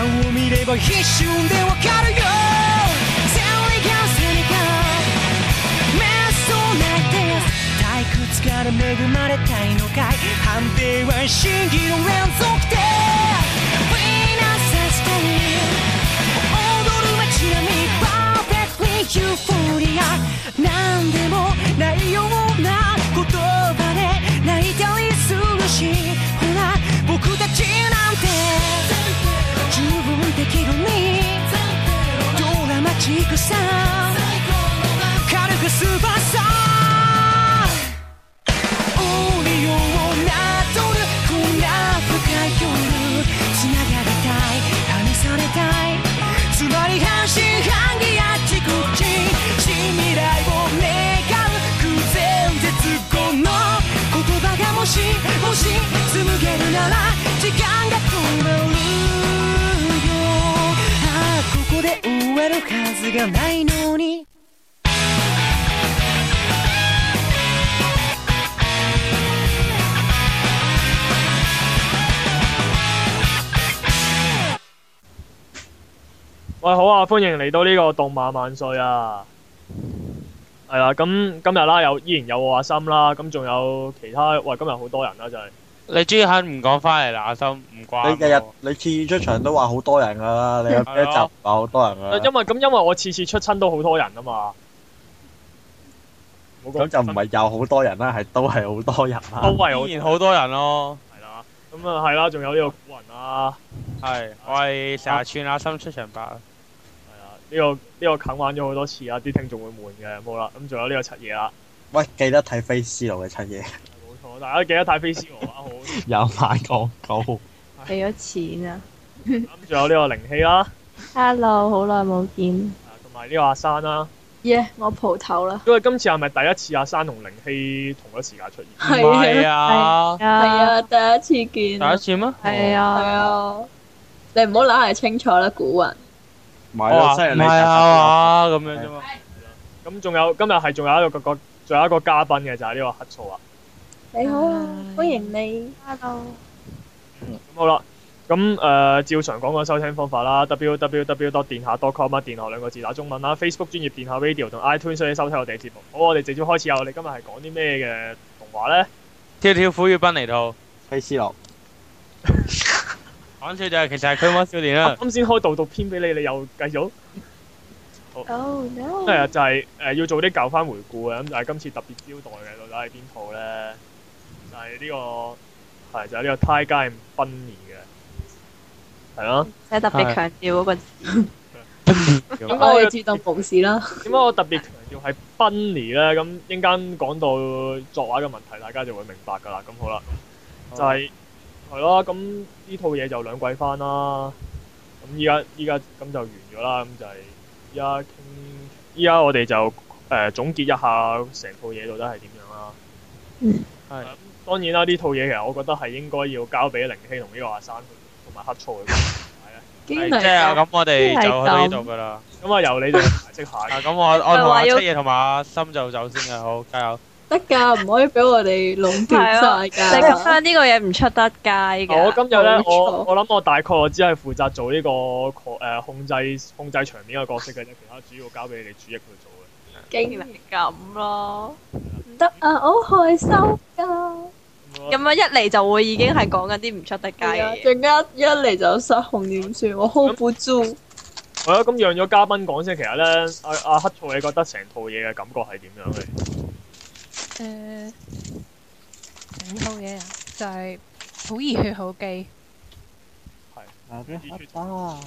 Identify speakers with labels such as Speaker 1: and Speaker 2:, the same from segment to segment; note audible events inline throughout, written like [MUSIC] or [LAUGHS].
Speaker 1: ば一瞬でわかるよ背中背中瞑想ないです退屈から恵まれたいのかい判定は真偽の連続で Venus s t a 踊る街並み Perfectly Euphoria 何でもないような言葉で泣いたりするしほら僕たちなんて十分できるにドラマチックさ軽くスーパーサーオリオンをなぞるこんな深い夜繋がりたい試されたいつまり半信半疑あっちこっち新未来を願う偶然絶後の言葉がもしもし紡げるなら時間が止まるよああここで終わるはずがないのに
Speaker 2: 喂，好啊，歡迎嚟到呢個動漫萬歲啊！係啦，咁今日啦，有依然有我阿心啦，咁仲有其他，喂，今日好多人啊啦，就係、
Speaker 3: 你朱肯唔講翻嚟啦，阿心唔關我。
Speaker 4: 你日日你次次出場都話好多人㗎啦，你有邊一集話好多人㗎啦？
Speaker 2: 因為咁，因為我次次出親都好多人啊嘛。冇講
Speaker 4: 咁就唔係啊有好多人啦，係都係好多人
Speaker 2: 都
Speaker 4: 啦。
Speaker 2: 為我
Speaker 3: 依然好多人咯，
Speaker 2: 係啦，咁啊係啦，仲有呢個古人啊啦，
Speaker 3: 係我係成日串阿心出場白啊。
Speaker 2: 係啦，呢、個呢、個啃玩咗好多次啊，啲聽眾會悶嘅，冇啦，咁仲有呢個七嘢啦，
Speaker 4: 喂，記得睇 Face 斯路嘅七嘢，
Speaker 2: 冇錯，大家記得睇 Face 啊，好，
Speaker 4: [LAUGHS] 有買廣告。
Speaker 5: 俾咗錢啊
Speaker 2: 咁仲有呢個靈氣啦，
Speaker 5: ！Hello，好耐冇見。
Speaker 2: 啊同埋呢個阿山啦，
Speaker 5: 耶！我蒲頭啦。
Speaker 2: 因為今次係咪第一次阿山同靈氣同一時間出現？
Speaker 3: 唔係啊，
Speaker 5: 係啊，
Speaker 6: 係啊，第一次見。
Speaker 3: 第一次咩？
Speaker 5: 係啊，
Speaker 6: 係啊。你唔好懶係清楚啦，古雲。
Speaker 4: 唔係
Speaker 3: 我話
Speaker 4: 啊，
Speaker 3: 哦唔
Speaker 4: 雖然你
Speaker 3: 係啊嘛，咁樣啫嘛。
Speaker 2: 咁仲有今日係仲有一個個仲有一個嘉賓嘅就係呢個黑醋啊。
Speaker 5: 哦
Speaker 2: 咁好啦，咁誒、呃照常講個收聽方法啦，www. 電下 .com 啊，電下兩個字打中文啦，Facebook 專業電下 radio 同 iTunes 可以收聽我哋嘅節目。好，我哋直接開始啊！我哋今日係講啲咩嘅動畫咧？
Speaker 3: 跳跳虎與奔尼兔，
Speaker 4: Face 斯路，
Speaker 3: 講笑就係其實係驅魔少年啦。
Speaker 2: 啱先開導讀篇俾你，你又繼續。
Speaker 5: Oh
Speaker 2: 誒、
Speaker 5: no！
Speaker 2: 就係、誒、要做啲舊翻回顧啊嘅，咁就係今次特別招待嘅到底係邊套咧？就係、呢、個係就係、呢個 Tiger and Bunny 嘅，係咯。
Speaker 5: 即係特別強調嗰個字，
Speaker 6: 咁我哋自動無視啦。
Speaker 2: 點解我特別強調係 Bunny 咧？咁一陣間講到作畫嘅問題，大家就會明白㗎啦。咁好啦，就係係咯。咁呢套嘢就兩季翻啦。咁依家依家咁就完咗啦。咁就係依家傾，依家我哋就誒、呃、總結一下成套嘢到底係點樣啦。
Speaker 5: 嗯
Speaker 3: 係
Speaker 2: 咁當然啦，呢套嘢其實我覺得係應該要交俾靈希同呢個阿生同埋黑醋去講解咧。
Speaker 3: 係即係咁，我哋就去到呢度噶啦。
Speaker 2: 咁啊，由你哋解釋下。 [LAUGHS]
Speaker 3: 啊，咁我我同阿七爺同埋阿心就走先嘅，好加油。
Speaker 6: 得㗎，唔可以俾我哋壟斷晒㗎。
Speaker 5: 你咁樣呢個嘢唔出得街嘅。
Speaker 2: 我今日咧
Speaker 6: 冇，錯
Speaker 2: 我我諗我大概我只係負責做呢、個誒、呃控制控制場面嘅角色嘅啫，其他主要交俾你哋主役去做嘅。
Speaker 5: 竟然係咁咯，
Speaker 6: 唔得啊，我好害羞㗎。
Speaker 2: 咁
Speaker 5: 咁啊一嚟就會已經係講緊啲唔出得街嘅嘢。
Speaker 6: 係啊，陣間-一嚟就失控點算？我hold不住。
Speaker 2: 係啦，咁讓咗嘉賓講先。其實咧，阿阿黑醋，你覺得成套嘢嘅感覺係點樣嘅？
Speaker 7: 誒、整套嘢啊就係好熱血好記，
Speaker 4: 啊邊黑啊？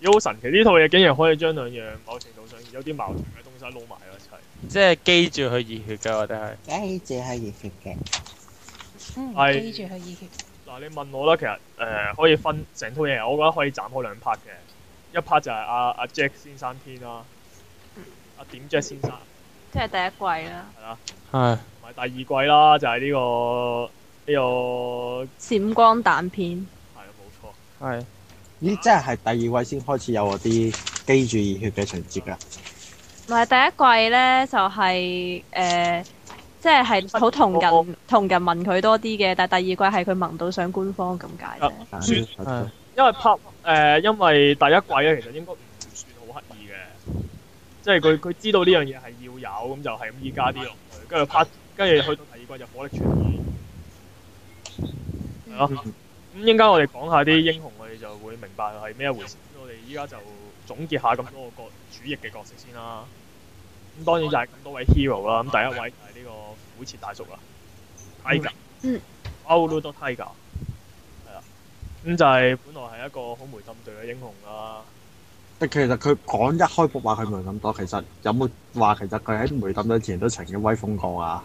Speaker 2: 咦，好神奇！呢套嘢竟然可以將兩樣某程度上有啲矛盾嘅東西撈埋咗一齊。
Speaker 3: 即係記住佢熱血嘅，我哋係。
Speaker 4: 雞姐係熱血嘅。
Speaker 7: 嗯，
Speaker 2: 係
Speaker 7: 記住佢熱血，
Speaker 2: 嗱，你問我啦，其實誒、呃可以分成套嘢，我覺得可以斬開兩 part 嘅。一 part 就係阿阿 Jack 先生篇啦，阿、點 Jack 先生同
Speaker 5: 即係第一季啦，
Speaker 3: 係。
Speaker 2: 埋第二季啦，就係呢、個呢、個
Speaker 5: 閃光彈片。
Speaker 2: 係啊，冇錯。
Speaker 3: 係。
Speaker 4: 咦，真係係第二位先開始有嗰啲記住熱血嘅情節㗎。
Speaker 5: 唔係第一季咧，就係、誒，即係係好同人同人問佢多啲嘅，但係第二季係佢萌到上官方咁解啫。
Speaker 2: 啊
Speaker 4: 啊
Speaker 2: 算
Speaker 4: 呢個
Speaker 2: 因為 part 誒、因為第一季咧，其實應該唔算好刻意嘅，即係佢佢知道呢樣嘢係要有，咁就係咁依家啲落去，跟住 part 跟住去到第二季就火力全開，係咯。咁應該我哋講下啲英雄，我哋就會明白係咩一回事。我哋依家就總結下咁多個角主役嘅角色先啦。咁當然就係咁多位 hero 啦。咁第一位就係呢個虎徹大叔啦，Tiger。
Speaker 5: 嗯。
Speaker 2: 歐魯多 Tiger。係啦。咁就係本來係一個好梅冧隊嘅英雄啦。
Speaker 4: 但其實佢講一開播話佢梅咁多，其實有冇話其實佢喺梅咁多之前都曾經威風過啊？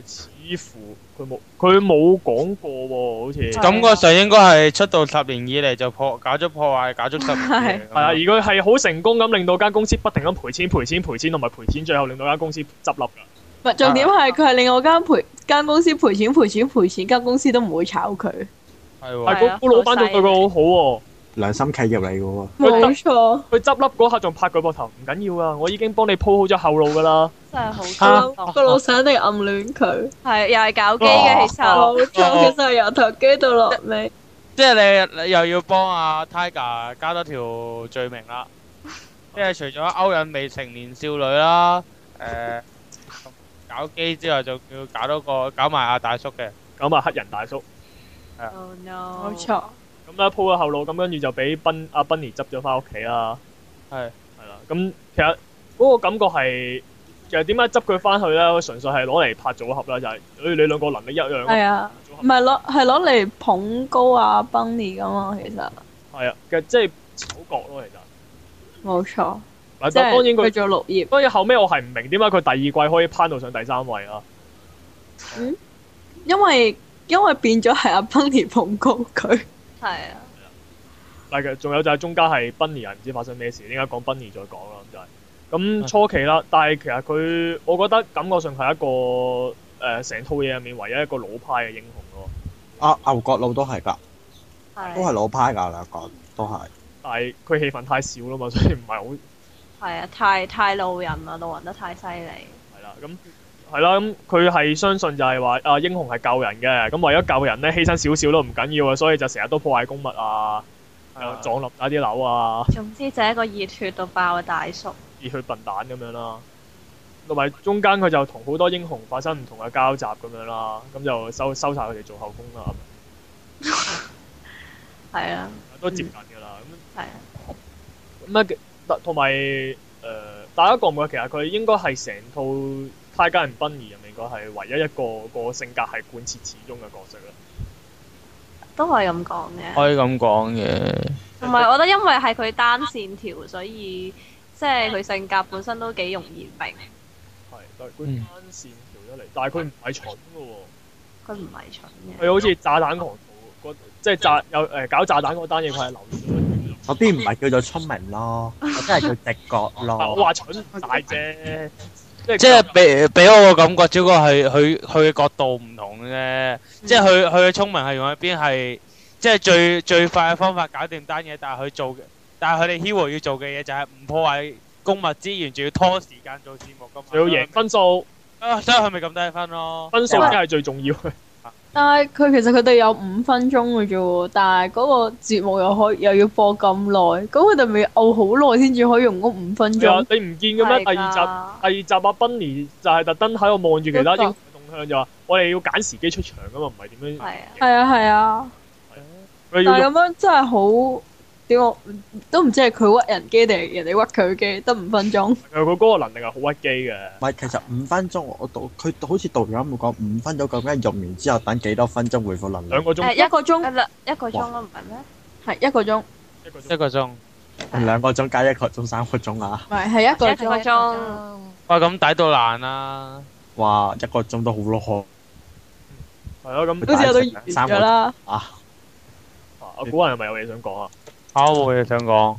Speaker 2: 誒、似乎佢冇佢冇講過喎，好似。
Speaker 7: 係
Speaker 3: 感覺上應該係出道十年以嚟就破搞咗破壞，搞足十年嘅。
Speaker 2: 係啊，而佢係好成功咁令到間公司不停咁賠錢、賠錢、賠錢，同埋賠錢，最後令到間公司執笠㗎。
Speaker 6: 唔係重點係佢係令我間賠間公司賠錢賠錢賠錢，間公司都唔會炒佢。
Speaker 3: 係喎
Speaker 2: 但
Speaker 5: 係
Speaker 2: 係
Speaker 5: 啊
Speaker 2: 個個老闆仲對佢好好喎，
Speaker 4: 良心企業嚟嘅喎，
Speaker 2: 佢
Speaker 6: 冇
Speaker 2: 執
Speaker 6: 錯，
Speaker 2: 佢執笠嗰刻仲拍佢膊頭，唔緊要啊，我已經幫你鋪好咗後路㗎啦。
Speaker 5: 真係
Speaker 2: 啊
Speaker 6: 個
Speaker 5: 好
Speaker 6: 老
Speaker 5: 激動
Speaker 6: 個老細一定暗戀佢。
Speaker 5: 係又係搞基嘅，其實
Speaker 6: 冇錯，
Speaker 2: 哦
Speaker 6: 其實係由頭機到落尾。
Speaker 3: 即係你你又要幫阿 Tiger 加多條罪名 [LAUGHS] 啦，即係除咗勾引未成年少女啦，誒 [LAUGHS] 搞基之外，仲要搞多個搞埋阿大叔嘅，
Speaker 2: 咁啊，黑人大叔
Speaker 5: Oh no，
Speaker 6: 冇錯，
Speaker 2: 咁咧鋪咗後路，咁跟住就俾賓阿 Bunny 執咗翻屋企啦。
Speaker 3: 係
Speaker 2: 係啦，咁其實嗰個感覺係其實點解執佢翻去咧？純粹係攞嚟拍組合啦，就係、誒你兩個能力一樣啊。
Speaker 6: 係啊，唔係攞係攞嚟捧高阿 Bunny 噶嘛，其實
Speaker 2: 係啊，其實即係丑角咯，其實。
Speaker 6: 冇錯，
Speaker 2: 嗱，
Speaker 6: 即係
Speaker 2: 當然
Speaker 6: 佢
Speaker 2: 佢
Speaker 6: 做綠葉。
Speaker 2: 當然後尾我係唔明點解佢第二季可以攀到上第三位啊啦。
Speaker 6: 因為因為變咗係阿 Bunny 捧高佢，
Speaker 5: 係啊，
Speaker 2: 但係仲有就係中間係 Bunny 係唔知發生咩事，點解講 Bunny 再講啦咁就係、咁初期啦，但係其實佢，我覺得感覺上係一個誒成、套嘢入面唯一一個老派嘅英雄咯。
Speaker 4: 啊牛角佬都係㗎，都係
Speaker 5: 係
Speaker 4: 老派㗎兩個都係。
Speaker 2: 但係佢戲份太少啦嘛， [LAUGHS] 所以唔係好
Speaker 5: 係啊，太太路人啦，路人得太犀利。
Speaker 2: 係啦。咁係啦，咁佢係相信就係話啊英雄係救人嘅，咁為咗救人咧犧牲少少都唔緊要啊，所以就成日都破壞公物啊，又撞冧打啲樓啊。
Speaker 5: 總之就係一個熱血到爆嘅大叔，
Speaker 2: 熱血笨蛋咁樣啦。同埋中間佢就同好多英雄發生唔同嘅交集咁樣啦，咁就收收晒佢哋做後宮啦，
Speaker 5: 係啊，
Speaker 2: 都接近㗎啦。咁
Speaker 5: 係啊，
Speaker 2: 咁咧，同埋誒，大家覺唔覺其實佢應該係成套《泰加人奔兒》入面，應該係唯一一個個性格係貫徹始終嘅角色啦。
Speaker 5: 都可以咁講嘅。
Speaker 3: 可以咁講嘅。
Speaker 5: 同埋我覺得因為係佢單線條，所以即係佢性格本身都幾容易明。
Speaker 2: 係，但係佢
Speaker 3: 嗯
Speaker 2: 單線條咗嚟，但係佢唔係蠢嘅喎，
Speaker 5: 佢唔係蠢嘅，
Speaker 2: 佢好似炸彈狂徒嗰即係炸有誒、呃搞炸彈嗰單嘢，佢係留意咗佢。
Speaker 4: 嗰啲唔係叫做聰明咯，嗰啲係叫直覺
Speaker 2: [LAUGHS] 但我
Speaker 4: 咯。
Speaker 2: 話蠢唔大啫，哦即係
Speaker 3: 即係俾俾我個感覺，只不過係佢佢嘅角度唔同啫。即係佢佢嘅聰明係用喺邊係，即係最最快嘅方法搞掂單嘢，但係佢做嘅，但係佢哋 hero 要做嘅嘢就係唔破壞公物資源，仲要拖時間做節目噶嘛。
Speaker 2: 佢要贏分數，
Speaker 3: 啊，所以佢咪咁低分咯。
Speaker 2: 分數先係最重要嘅。
Speaker 6: 但係佢其實佢哋有五分鐘嘅啫喎，但係嗰個節目又可以又要播咁耐，咁佢哋咪熬好耐先至可以用嗰五分
Speaker 2: 係啊
Speaker 6: 鐘。
Speaker 2: 你唔見嘅咩？第二集
Speaker 5: 啊
Speaker 2: 第二集阿 Bunny 就係特登喺度望住其他英雄嘅動向，就話我哋要揀時機出場噶嘛，唔係點樣
Speaker 5: 係啊
Speaker 6: 係啊係啊，
Speaker 2: 佢
Speaker 6: 但
Speaker 2: 要
Speaker 6: 係咁
Speaker 2: 用
Speaker 6: 樣真係好點我都唔知係佢屈人機定係人哋屈佢機，得五分鐘。
Speaker 2: 佢嗰個能力係好屈機嘅。
Speaker 4: 唔係，其實五分鐘我導佢好似導演咁講，五分鐘咁樣用完之後，等幾多分鐘回復
Speaker 2: 兩
Speaker 4: 能量？
Speaker 2: 個
Speaker 5: 誒
Speaker 2: 鐘
Speaker 5: 一
Speaker 6: 一個
Speaker 5: 一
Speaker 6: 鐘
Speaker 5: 粒一個鐘都唔係咩？
Speaker 6: 係一個鐘，唔
Speaker 2: 一個
Speaker 3: 一
Speaker 2: 鐘，
Speaker 3: 個鐘。
Speaker 4: 兩個鐘加一個鐘三個鐘啊！
Speaker 6: 係係一個
Speaker 5: 一個
Speaker 6: 鐘。
Speaker 5: 鐘
Speaker 3: 哇，咁抵到爛啦！
Speaker 4: 哇，一個鐘都好咯
Speaker 2: 係咯咁。
Speaker 6: 好似我都完咗啦，
Speaker 4: 啊！
Speaker 2: 阿古人係咪有嘢想講啊？
Speaker 3: 嚇，我冇嘢想講。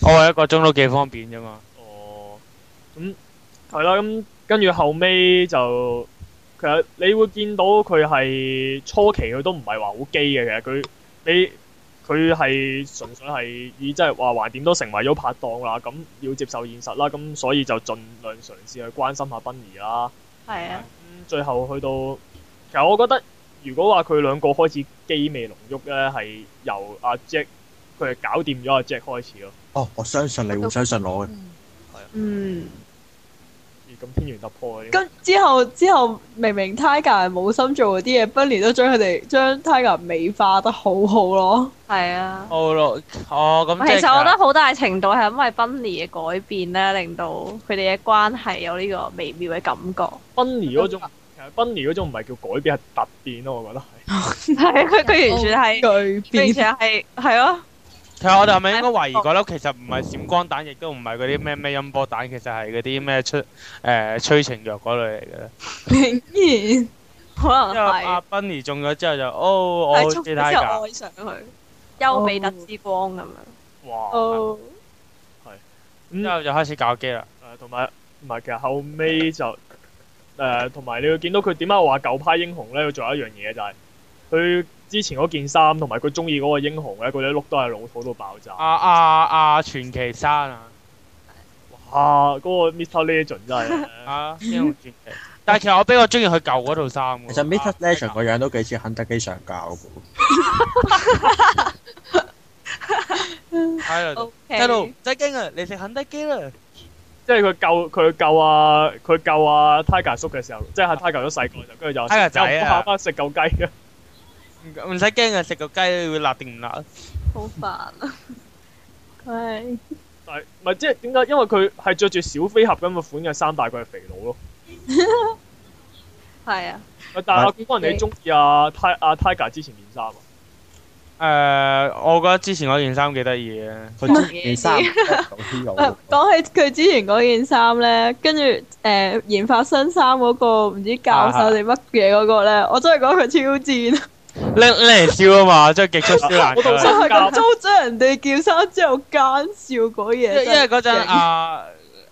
Speaker 3: 我話一個鐘都幾方便啫嘛。
Speaker 2: 哦，咁係啦，咁跟住後尾就其實你會見到佢係初期佢都唔係話好基嘅，其實佢你佢係純粹係以即係話橫掂都成為咗拍檔啦，咁要接受現實啦，咁所以就盡量嘗試去關心下賓兒啦。
Speaker 5: 係啊，
Speaker 2: 咁最後去到，其實我覺得如果話佢兩個開始機味濃郁咧，係由阿 Jack 佢係搞掂咗阿 Jack 開始咯。
Speaker 4: 哦，我相信你會相信我嘅。
Speaker 7: 嗯
Speaker 5: Ừ.
Speaker 6: 嗯，
Speaker 2: 咦咁天元突破嘅，
Speaker 6: 咁之後之後明明 Tiger 係冇心做嗰啲嘢，Bunny 都將佢哋將 Tiger 美化得好好咯。
Speaker 5: 係啊。
Speaker 3: 哦咯，哦咁
Speaker 5: 其
Speaker 3: 即係
Speaker 5: 實我覺得好大程度係因為 Bunny 嘅改變咧，令到佢哋嘅關係有呢個微妙嘅感 [LAUGHS] 覺。
Speaker 2: 賓尼嗰種其實賓尼嗰種唔係叫改變，係突變咯，我覺得係。
Speaker 5: 係佢佢完全係，
Speaker 6: 巨
Speaker 5: 完
Speaker 6: 變
Speaker 5: 全係係咯。
Speaker 3: 其實我哋係咪應該懷疑嗰粒其實唔係閃光彈，亦都唔係嗰啲咩咩音波彈，其實係嗰啲咩出誒催情藥嗰類嚟嘅咧。
Speaker 6: 竟然
Speaker 5: 可能
Speaker 3: 因為阿
Speaker 5: 啊係，
Speaker 3: 芬妮中咗之後就哦，
Speaker 5: 係
Speaker 3: 我
Speaker 5: 從
Speaker 3: 知
Speaker 5: 此
Speaker 3: 太
Speaker 5: 之
Speaker 3: 㗎
Speaker 5: 後愛上佢，優美特之光咁樣。
Speaker 2: 哇！
Speaker 6: 哦，
Speaker 3: 之後就開始搞基啦。
Speaker 2: 誒同埋唔係，其實後尾就誒同埋你會見到佢點解我話舊派英雄咧，佢仲有一樣嘢就係、佢之前嗰件衫同埋佢中意嗰個英雄咧，佢啲碌都係老土到爆炸。
Speaker 3: 阿阿阿傳奇山啊，
Speaker 2: 啊哇！嗰、個 Mr. Legend 真係
Speaker 3: 啊英雄傳奇。但係其實我比較中意佢舊嗰套衫喎。
Speaker 4: 其實 Mr.
Speaker 3: 啊
Speaker 4: Legend 個樣都幾似肯德基上教嘅喎。
Speaker 3: 喺度喺度啊唔
Speaker 5: O K，
Speaker 3: 使驚啊！你食肯德基啦。
Speaker 2: 即係佢救佢救啊佢救啊 Tiger 叔嘅時候，即係 Tiger 叔細個就跟住就
Speaker 3: Tiger 仔啊
Speaker 2: 又唔好下班食舊雞嘅。
Speaker 3: 唔唔使驚啊！食個雞會辣定唔辣啊？
Speaker 5: 好煩啊！
Speaker 6: 係
Speaker 2: 但係唔係即係點解？因為佢係着住小飛俠咁嘅款嘅衫，但係佢係肥佬咯。
Speaker 5: 係啊，
Speaker 2: 但係阿古人你中意阿 Ti 阿 Tiger 之前件衫啊？
Speaker 3: 誒，我覺得之前嗰件衫幾得意嘅。
Speaker 4: 佢中件衫好 hero
Speaker 6: 誒。 [LAUGHS] 講起佢之前嗰件衫咧，跟住誒研發新衫嗰個唔知教授定乜嘢嗰個咧，我真係覺得佢超賤，
Speaker 3: 拎拎嚟燒啊嘛，真係極出燒爛
Speaker 2: 我都想。
Speaker 3: 佢
Speaker 6: 真係咁租咗人哋叫衫之後奸笑嗰嘢。
Speaker 3: 因為因為嗰陣
Speaker 6: 真係
Speaker 3: 阿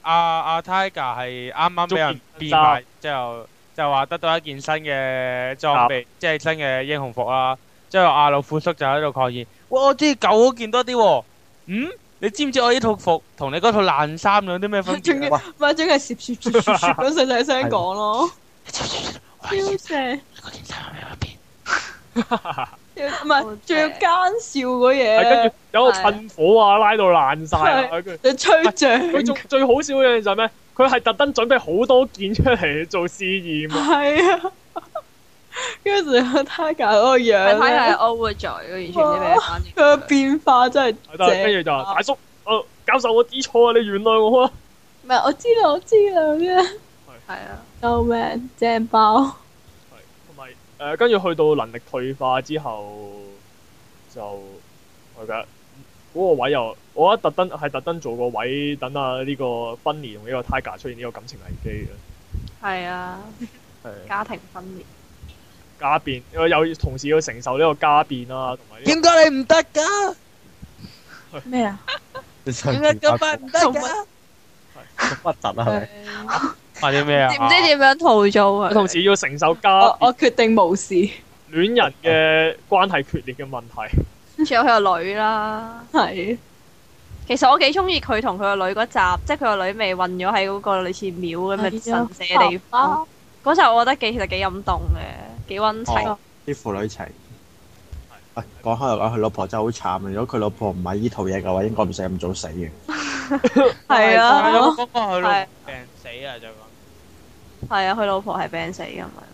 Speaker 3: 阿阿 Tiger 係啱啱俾人變賣之後，就話得到一件新嘅裝備，即係新嘅英雄服啦。之後阿老虎叔就喺度抗議：，喂，我中意舊嗰件多啲喎。嗯，你知唔知我呢套服同你嗰套爛衫有啲咩分
Speaker 6: 仲
Speaker 3: 別
Speaker 6: 要
Speaker 3: 啊？
Speaker 4: 喂
Speaker 6: 唔係仲要係攝攝攝攝攝咁細細聲講咯，超
Speaker 3: 喂嗰
Speaker 6: 正！
Speaker 3: 件衫有咩分別
Speaker 6: 要唔係仲要奸笑嗰
Speaker 2: 係跟
Speaker 6: 嘢啊
Speaker 2: 住，有個趁火啊，拉到爛晒啊！跟住
Speaker 6: 你吹脹
Speaker 2: 佢仲最好笑嘅樣就係咩？佢係特登準備好多件出嚟做試驗啊！
Speaker 6: 係啊！跟住仲有 Tiger 嗰個
Speaker 5: 睇睇
Speaker 6: 樣
Speaker 5: 係
Speaker 6: 咧，
Speaker 5: 我會在，完全唔知咩反應。
Speaker 6: 佢嘅變化真係正。
Speaker 2: 跟住就話大叔，我教授我知錯啊，你原諒我啊！
Speaker 6: 唔係我知道，我知道嘅。
Speaker 5: 係啊，
Speaker 6: 救命，正爆！
Speaker 2: 同埋誒，呃跟住去到能力退化之後，就我覺得嗯嗰個位又，我覺得特登係特登做個位，等啊呢個芬尼同呢個 Tiger 出現呢個感情危機嘅
Speaker 5: 係啊，
Speaker 2: 係
Speaker 5: 家庭分裂。
Speaker 2: 家變，因為有同時要承受呢個家變啦，同埋呢個
Speaker 3: 點解你唔得㗎？
Speaker 6: 咩啊？
Speaker 3: 點解今晚唔得
Speaker 6: 同
Speaker 3: 㗎
Speaker 6: 埋？
Speaker 4: 核突啊？係咪？
Speaker 3: 話啲咩啊？
Speaker 5: 唔知點樣套租啊？
Speaker 2: 同時要承受家
Speaker 6: 我我決定無視，
Speaker 2: 戀人嘅關係決裂嘅問題。
Speaker 5: 仲有佢個女啦。
Speaker 6: 係
Speaker 5: 其實我幾中意佢同佢個女嗰集，即係佢個女未混咗喺嗰個類似廟咁嘅神社地方。嗰集我覺得幾其實幾感動嘅，幾温情。
Speaker 4: 哦啲父女情。喂，講開又講，佢老婆真係好慘啊！如果佢老婆唔係依套嘢嘅話，應該唔使咁早死嘅。
Speaker 5: 係
Speaker 3: 係有
Speaker 5: 啊，
Speaker 3: 冇講過佢老婆病死啊？就講。
Speaker 5: 係啊，佢老婆係病死咁樣。
Speaker 2: 啊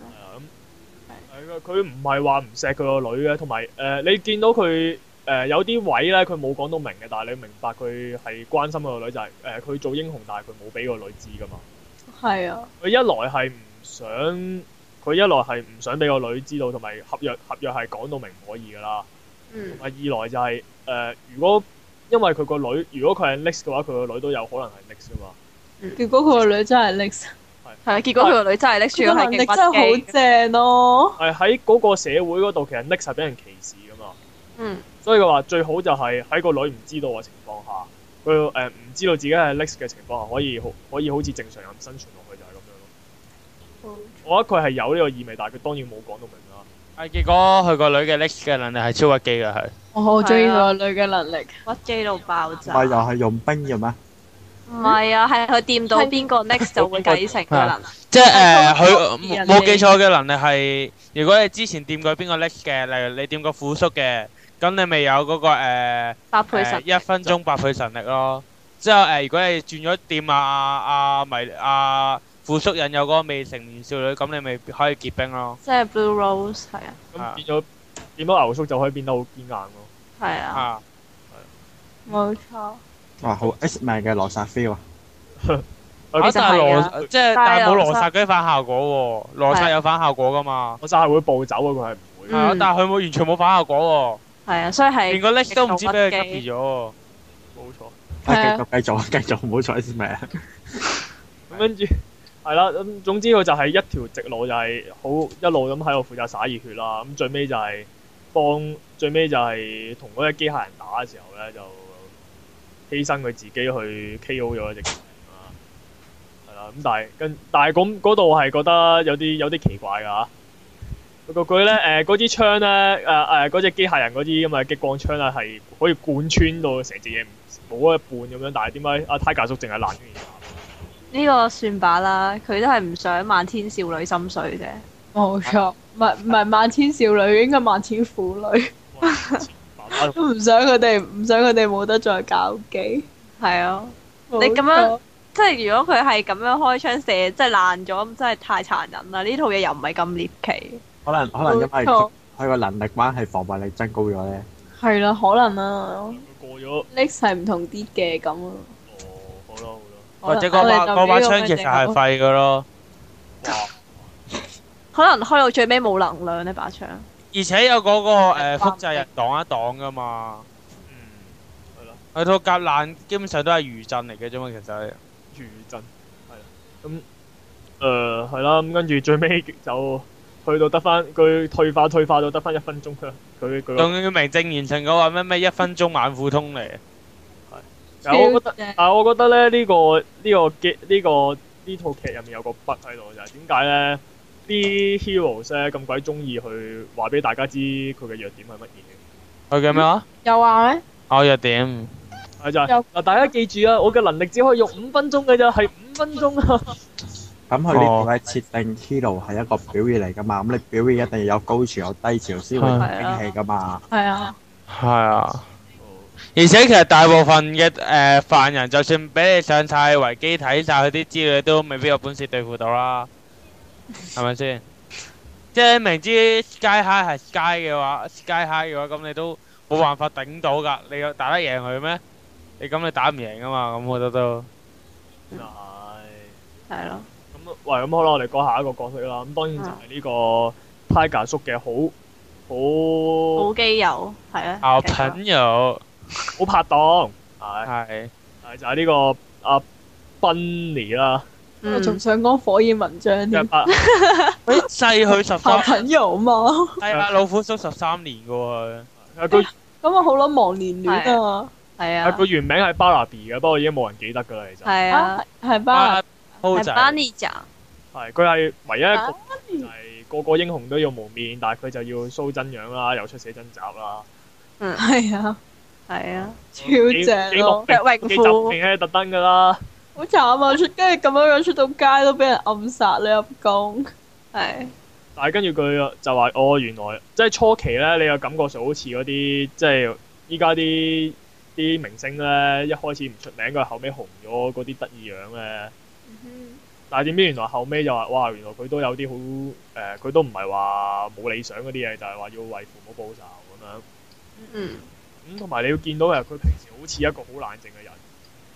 Speaker 2: 咁誒佢唔係話唔錫佢個女嘅，同埋誒你見到佢誒、有啲位咧，佢冇講到明嘅，但係你明白佢係關心佢個女，就係誒佢做英雄，但係佢冇俾個女知噶嘛。
Speaker 6: 係啊，
Speaker 2: 佢一來係唔想，佢一來係唔想俾個女知道，同埋合約合約係講到明唔可以噶啦。同
Speaker 5: 嗯，
Speaker 2: 埋二來就係、誒、如果因為佢個女，如果佢係 Nix 嘅話，佢個女都有可能係 Nix 噶嘛。
Speaker 6: 結果佢個女真係 l i x
Speaker 5: 係啊，結果佢個女真係拎住
Speaker 6: 佢個
Speaker 5: 個係
Speaker 6: 能力
Speaker 5: 勁屈
Speaker 6: 真係
Speaker 5: 機
Speaker 6: 好。正咯。
Speaker 2: 係喺嗰個社會嗰度，其實 Nix 係俾人歧視噶嘛。
Speaker 5: 嗯，
Speaker 2: 所以佢話最好就係喺個女唔知道嘅情況下，佢誒唔知道自己係 Lex 嘅情況下，可以好可以好似正常人生存落去就係咁樣咯。我覺得佢係有呢個意味，但係佢當然冇講到明啦。
Speaker 3: 係結果佢個女嘅 Lex 嘅能力係超屈機㗎，係。
Speaker 6: 啊我好中意佢個女嘅能力，
Speaker 5: 屈機到爆
Speaker 4: 唔
Speaker 5: 炸。
Speaker 4: 係又係用冰嘅咩？
Speaker 5: 唔係啊，係佢掂到邊個 next 就會繼承噶啦。
Speaker 3: 即係誒，
Speaker 5: 我
Speaker 3: 佢
Speaker 5: 覺得
Speaker 3: 冇冇
Speaker 5: 人哋
Speaker 3: 記錯嘅能力係，如果你之前掂過邊個 next 嘅，例如你掂過虎叔嘅，咁你咪有嗰、個、呃
Speaker 5: 搭配
Speaker 3: 誒
Speaker 5: 神
Speaker 3: 一分鐘百倍神力咯。之後誒、呃如果你轉咗店啊啊迷啊富叔引誘嗰個未成年少女，咁你咪可以結冰咯。
Speaker 5: 即係 Blue Rose 係啊，
Speaker 3: 啊
Speaker 2: 咁變咗變咗牛叔就可以變得好堅硬咯。
Speaker 5: 係啊，
Speaker 3: 啊，
Speaker 6: 冇錯。
Speaker 4: 哇，好 X Man 嘅羅薩 feel 啊！
Speaker 2: 啊
Speaker 3: 啊
Speaker 5: 其實
Speaker 3: 但係
Speaker 5: 係
Speaker 3: 羅
Speaker 5: 啊
Speaker 3: 即係
Speaker 5: 但係
Speaker 3: 但係冇
Speaker 5: 羅
Speaker 3: 羅
Speaker 5: 剎
Speaker 3: 剎嗰啲反效果喎，羅
Speaker 5: 係
Speaker 3: 剎
Speaker 5: 啊
Speaker 3: 有反效果噶嘛。
Speaker 2: 我真係會暴走啊！佢係唔會
Speaker 3: 係啊，
Speaker 5: 嗯
Speaker 3: 但係佢冇完全冇反效果
Speaker 5: 係啊，所以
Speaker 3: 喎，連
Speaker 5: 係
Speaker 3: 個 next 都唔知俾佢
Speaker 5: 極度屈
Speaker 3: copy 咗喎。
Speaker 2: 冇錯。
Speaker 4: 啊， [LAUGHS]
Speaker 6: 係
Speaker 4: 繼
Speaker 6: 啊
Speaker 4: 續繼續繼續，唔好再 X Man。
Speaker 2: 咁跟住係啦，咁總之佢就係一條直路，就係好一路咁喺度負責灑熱血啦。咁最尾就係幫最尾就係同嗰只機械人打嘅時候咧，就犧牲佢自己去 K.O. 咗一隻機械人啦。係啦，咁但係跟但係咁嗰度係覺得有啲有啲奇怪㗎嚇。佢佢咧誒嗰支槍咧誒誒嗰只機械人嗰啲咁嘅激光槍咧係可以貫穿到成隻嘢唔冇咗一半咁樣，但係點解阿 Tiger 叔淨係爛咗嘢？
Speaker 5: 呢個算罷啦，佢都係唔想漫天少女心水啫。
Speaker 6: 冇錯，唔係唔係漫天少女，應該漫天婦女，
Speaker 2: 哇爸爸
Speaker 6: 都唔想佢哋唔想佢哋冇得再搞基。
Speaker 5: 係啊，
Speaker 6: 你
Speaker 5: 咁樣即係如果佢係咁樣開槍射，即係爛咗，咁真係太殘忍啦！呢套嘢又唔係咁獵奇，
Speaker 4: 可能可能因為佢佢個能力關係，防衞力增高咗咧。
Speaker 6: 係啦，可能啦
Speaker 2: 過咗，
Speaker 6: ，Lex 係唔同啲嘅咁啊。
Speaker 2: 哦，好啦好啦，
Speaker 3: 或者
Speaker 6: 可能
Speaker 3: 嗰把
Speaker 6: 我
Speaker 3: 嗰
Speaker 6: 哋就
Speaker 3: 把
Speaker 6: 俾個
Speaker 3: 槍其實係
Speaker 6: 咩
Speaker 3: 廢嘅咯。
Speaker 2: 哇！
Speaker 5: 可能開到最尾冇能量呢把槍。
Speaker 3: 而且有嗰、個誒
Speaker 5: 關
Speaker 3: 複製人擋一擋噶嘛，
Speaker 2: 嗯，
Speaker 3: 佢套夾爛基本上都係餘震嚟嘅啫嘛，其實
Speaker 2: 餘震係啦，咁誒係啦，咁跟住最尾就去到得翻佢退化退化到得翻一分鐘啦，佢佢個
Speaker 3: 仲要名正言順嘅話咩咩一分鐘晚富通嚟，
Speaker 2: 但係我覺得，
Speaker 6: 超正
Speaker 2: 但係我覺得咧呢個呢個劇呢個呢套劇入面有個筆喺度就係點解咧啲 heroes 咧咁鬼中意去話俾大家知佢嘅弱點係乜嘢？
Speaker 3: 佢叫咩話？哦
Speaker 6: 又話咧，
Speaker 3: 我弱點
Speaker 2: 係就係
Speaker 6: 有
Speaker 2: 嗱，大家記住啊！我嘅能力只可以用五分鐘嘅咋，係五分鐘啊！
Speaker 4: 咁佢呢
Speaker 3: 哦
Speaker 4: 度咧設定 hero 係一個表演嚟噶嘛，咁你表演一定要有高潮有低潮先會
Speaker 5: 係啊
Speaker 4: 興起噶嘛。
Speaker 6: 係啊，
Speaker 3: 係啊，而且其實大部分嘅誒、呃犯人，就算俾你上晒維基睇晒佢啲資料，都未必有本事對付 [LAUGHS] 到啦，係咪先？即係明知 Sky High 係 Sky 嘅話，Sky High 嘅話，咁你都冇辦法頂到㗎，你有打得贏佢咩？你咁你打唔贏㗎嘛，咁我覺得都。
Speaker 2: 係
Speaker 5: 係咯，
Speaker 2: 咁喂，咁好啦，我哋講下一個角色啦。咁當然就係呢個 Tiger 叔嘅好好
Speaker 5: 冇機油係啊，
Speaker 3: 牛朋友
Speaker 2: 好拍檔，係
Speaker 3: 係
Speaker 2: 係就係呢個阿 Bunny 啦，啊
Speaker 6: 我
Speaker 5: 嗯
Speaker 6: 仲想講火焰文章
Speaker 2: 即係
Speaker 6: 添，
Speaker 2: 拍
Speaker 3: 細佢十三，
Speaker 6: 好朋友嘛。 [LAUGHS]
Speaker 3: 係啊，老虎叔十三年噶喎，
Speaker 2: 佢
Speaker 6: 咁我好撚忘年戀啊
Speaker 5: 係啊，
Speaker 2: 佢原名係 Barnaby 嘅，不過已經冇人記得㗎啦。其實
Speaker 5: 係啊
Speaker 6: 嘛，，係吧？
Speaker 3: 啊，鋪
Speaker 5: 係
Speaker 3: 仔
Speaker 5: Bunny 咋，
Speaker 2: 係佢係唯一一個就係個個英雄都要蒙面，但係佢就要 show 真樣啦，又出寫真集啦。
Speaker 6: 係啊，
Speaker 5: 係啊，
Speaker 6: 超
Speaker 2: 幾
Speaker 6: 正咯，
Speaker 5: 着泳
Speaker 2: 幾集
Speaker 5: 褲
Speaker 2: 定係特登㗎啦。
Speaker 6: 好慘啊！出跟住咁樣樣出到街都俾人暗殺你入工，
Speaker 5: 係
Speaker 2: 但係跟住佢就話：哦，原來即係初期咧，你嘅感覺上好似嗰啲即係依家啲啲明星咧，一開始唔出名，佢後尾紅咗嗰啲得意樣咧。但係點知原來後尾就話：哇，原來佢都有啲好誒，呃佢、都唔係話冇理想嗰啲嘢，就係、話要為父母報仇咁樣。
Speaker 5: 嗯
Speaker 2: 咁同埋你要見到嘅佢平時好似一個好冷靜嘅人。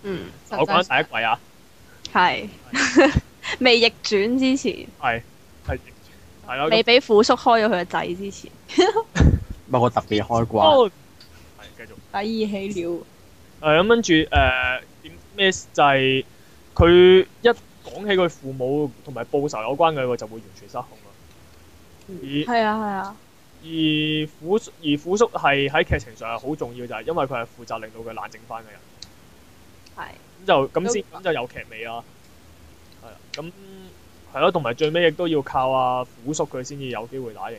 Speaker 5: 嗯
Speaker 7: 實際
Speaker 2: 我講緊第一季啊，
Speaker 5: 係 [LAUGHS] 未逆轉之前，
Speaker 2: 係係係啦。
Speaker 5: 未
Speaker 2: 咁
Speaker 5: 俾虎叔開咗佢個仔之前，
Speaker 4: 不過特別開掛，
Speaker 2: 哦係繼續。
Speaker 6: 抵意起了。
Speaker 2: 誒呃咁跟住誒點咩就係佢一講起佢父母同埋報仇有關嘅，佢就會完全失控啦。而
Speaker 6: 係啊係啊，
Speaker 2: 而虎叔而虎叔係喺劇情上係好重要，就係因為佢係負責令到佢冷靜翻嘅人。
Speaker 5: 係
Speaker 2: 咁就咁先咁就有劇尾啦。係啊，咁係咯，同埋最尾亦都要靠阿虎叔佢先至有機會打贏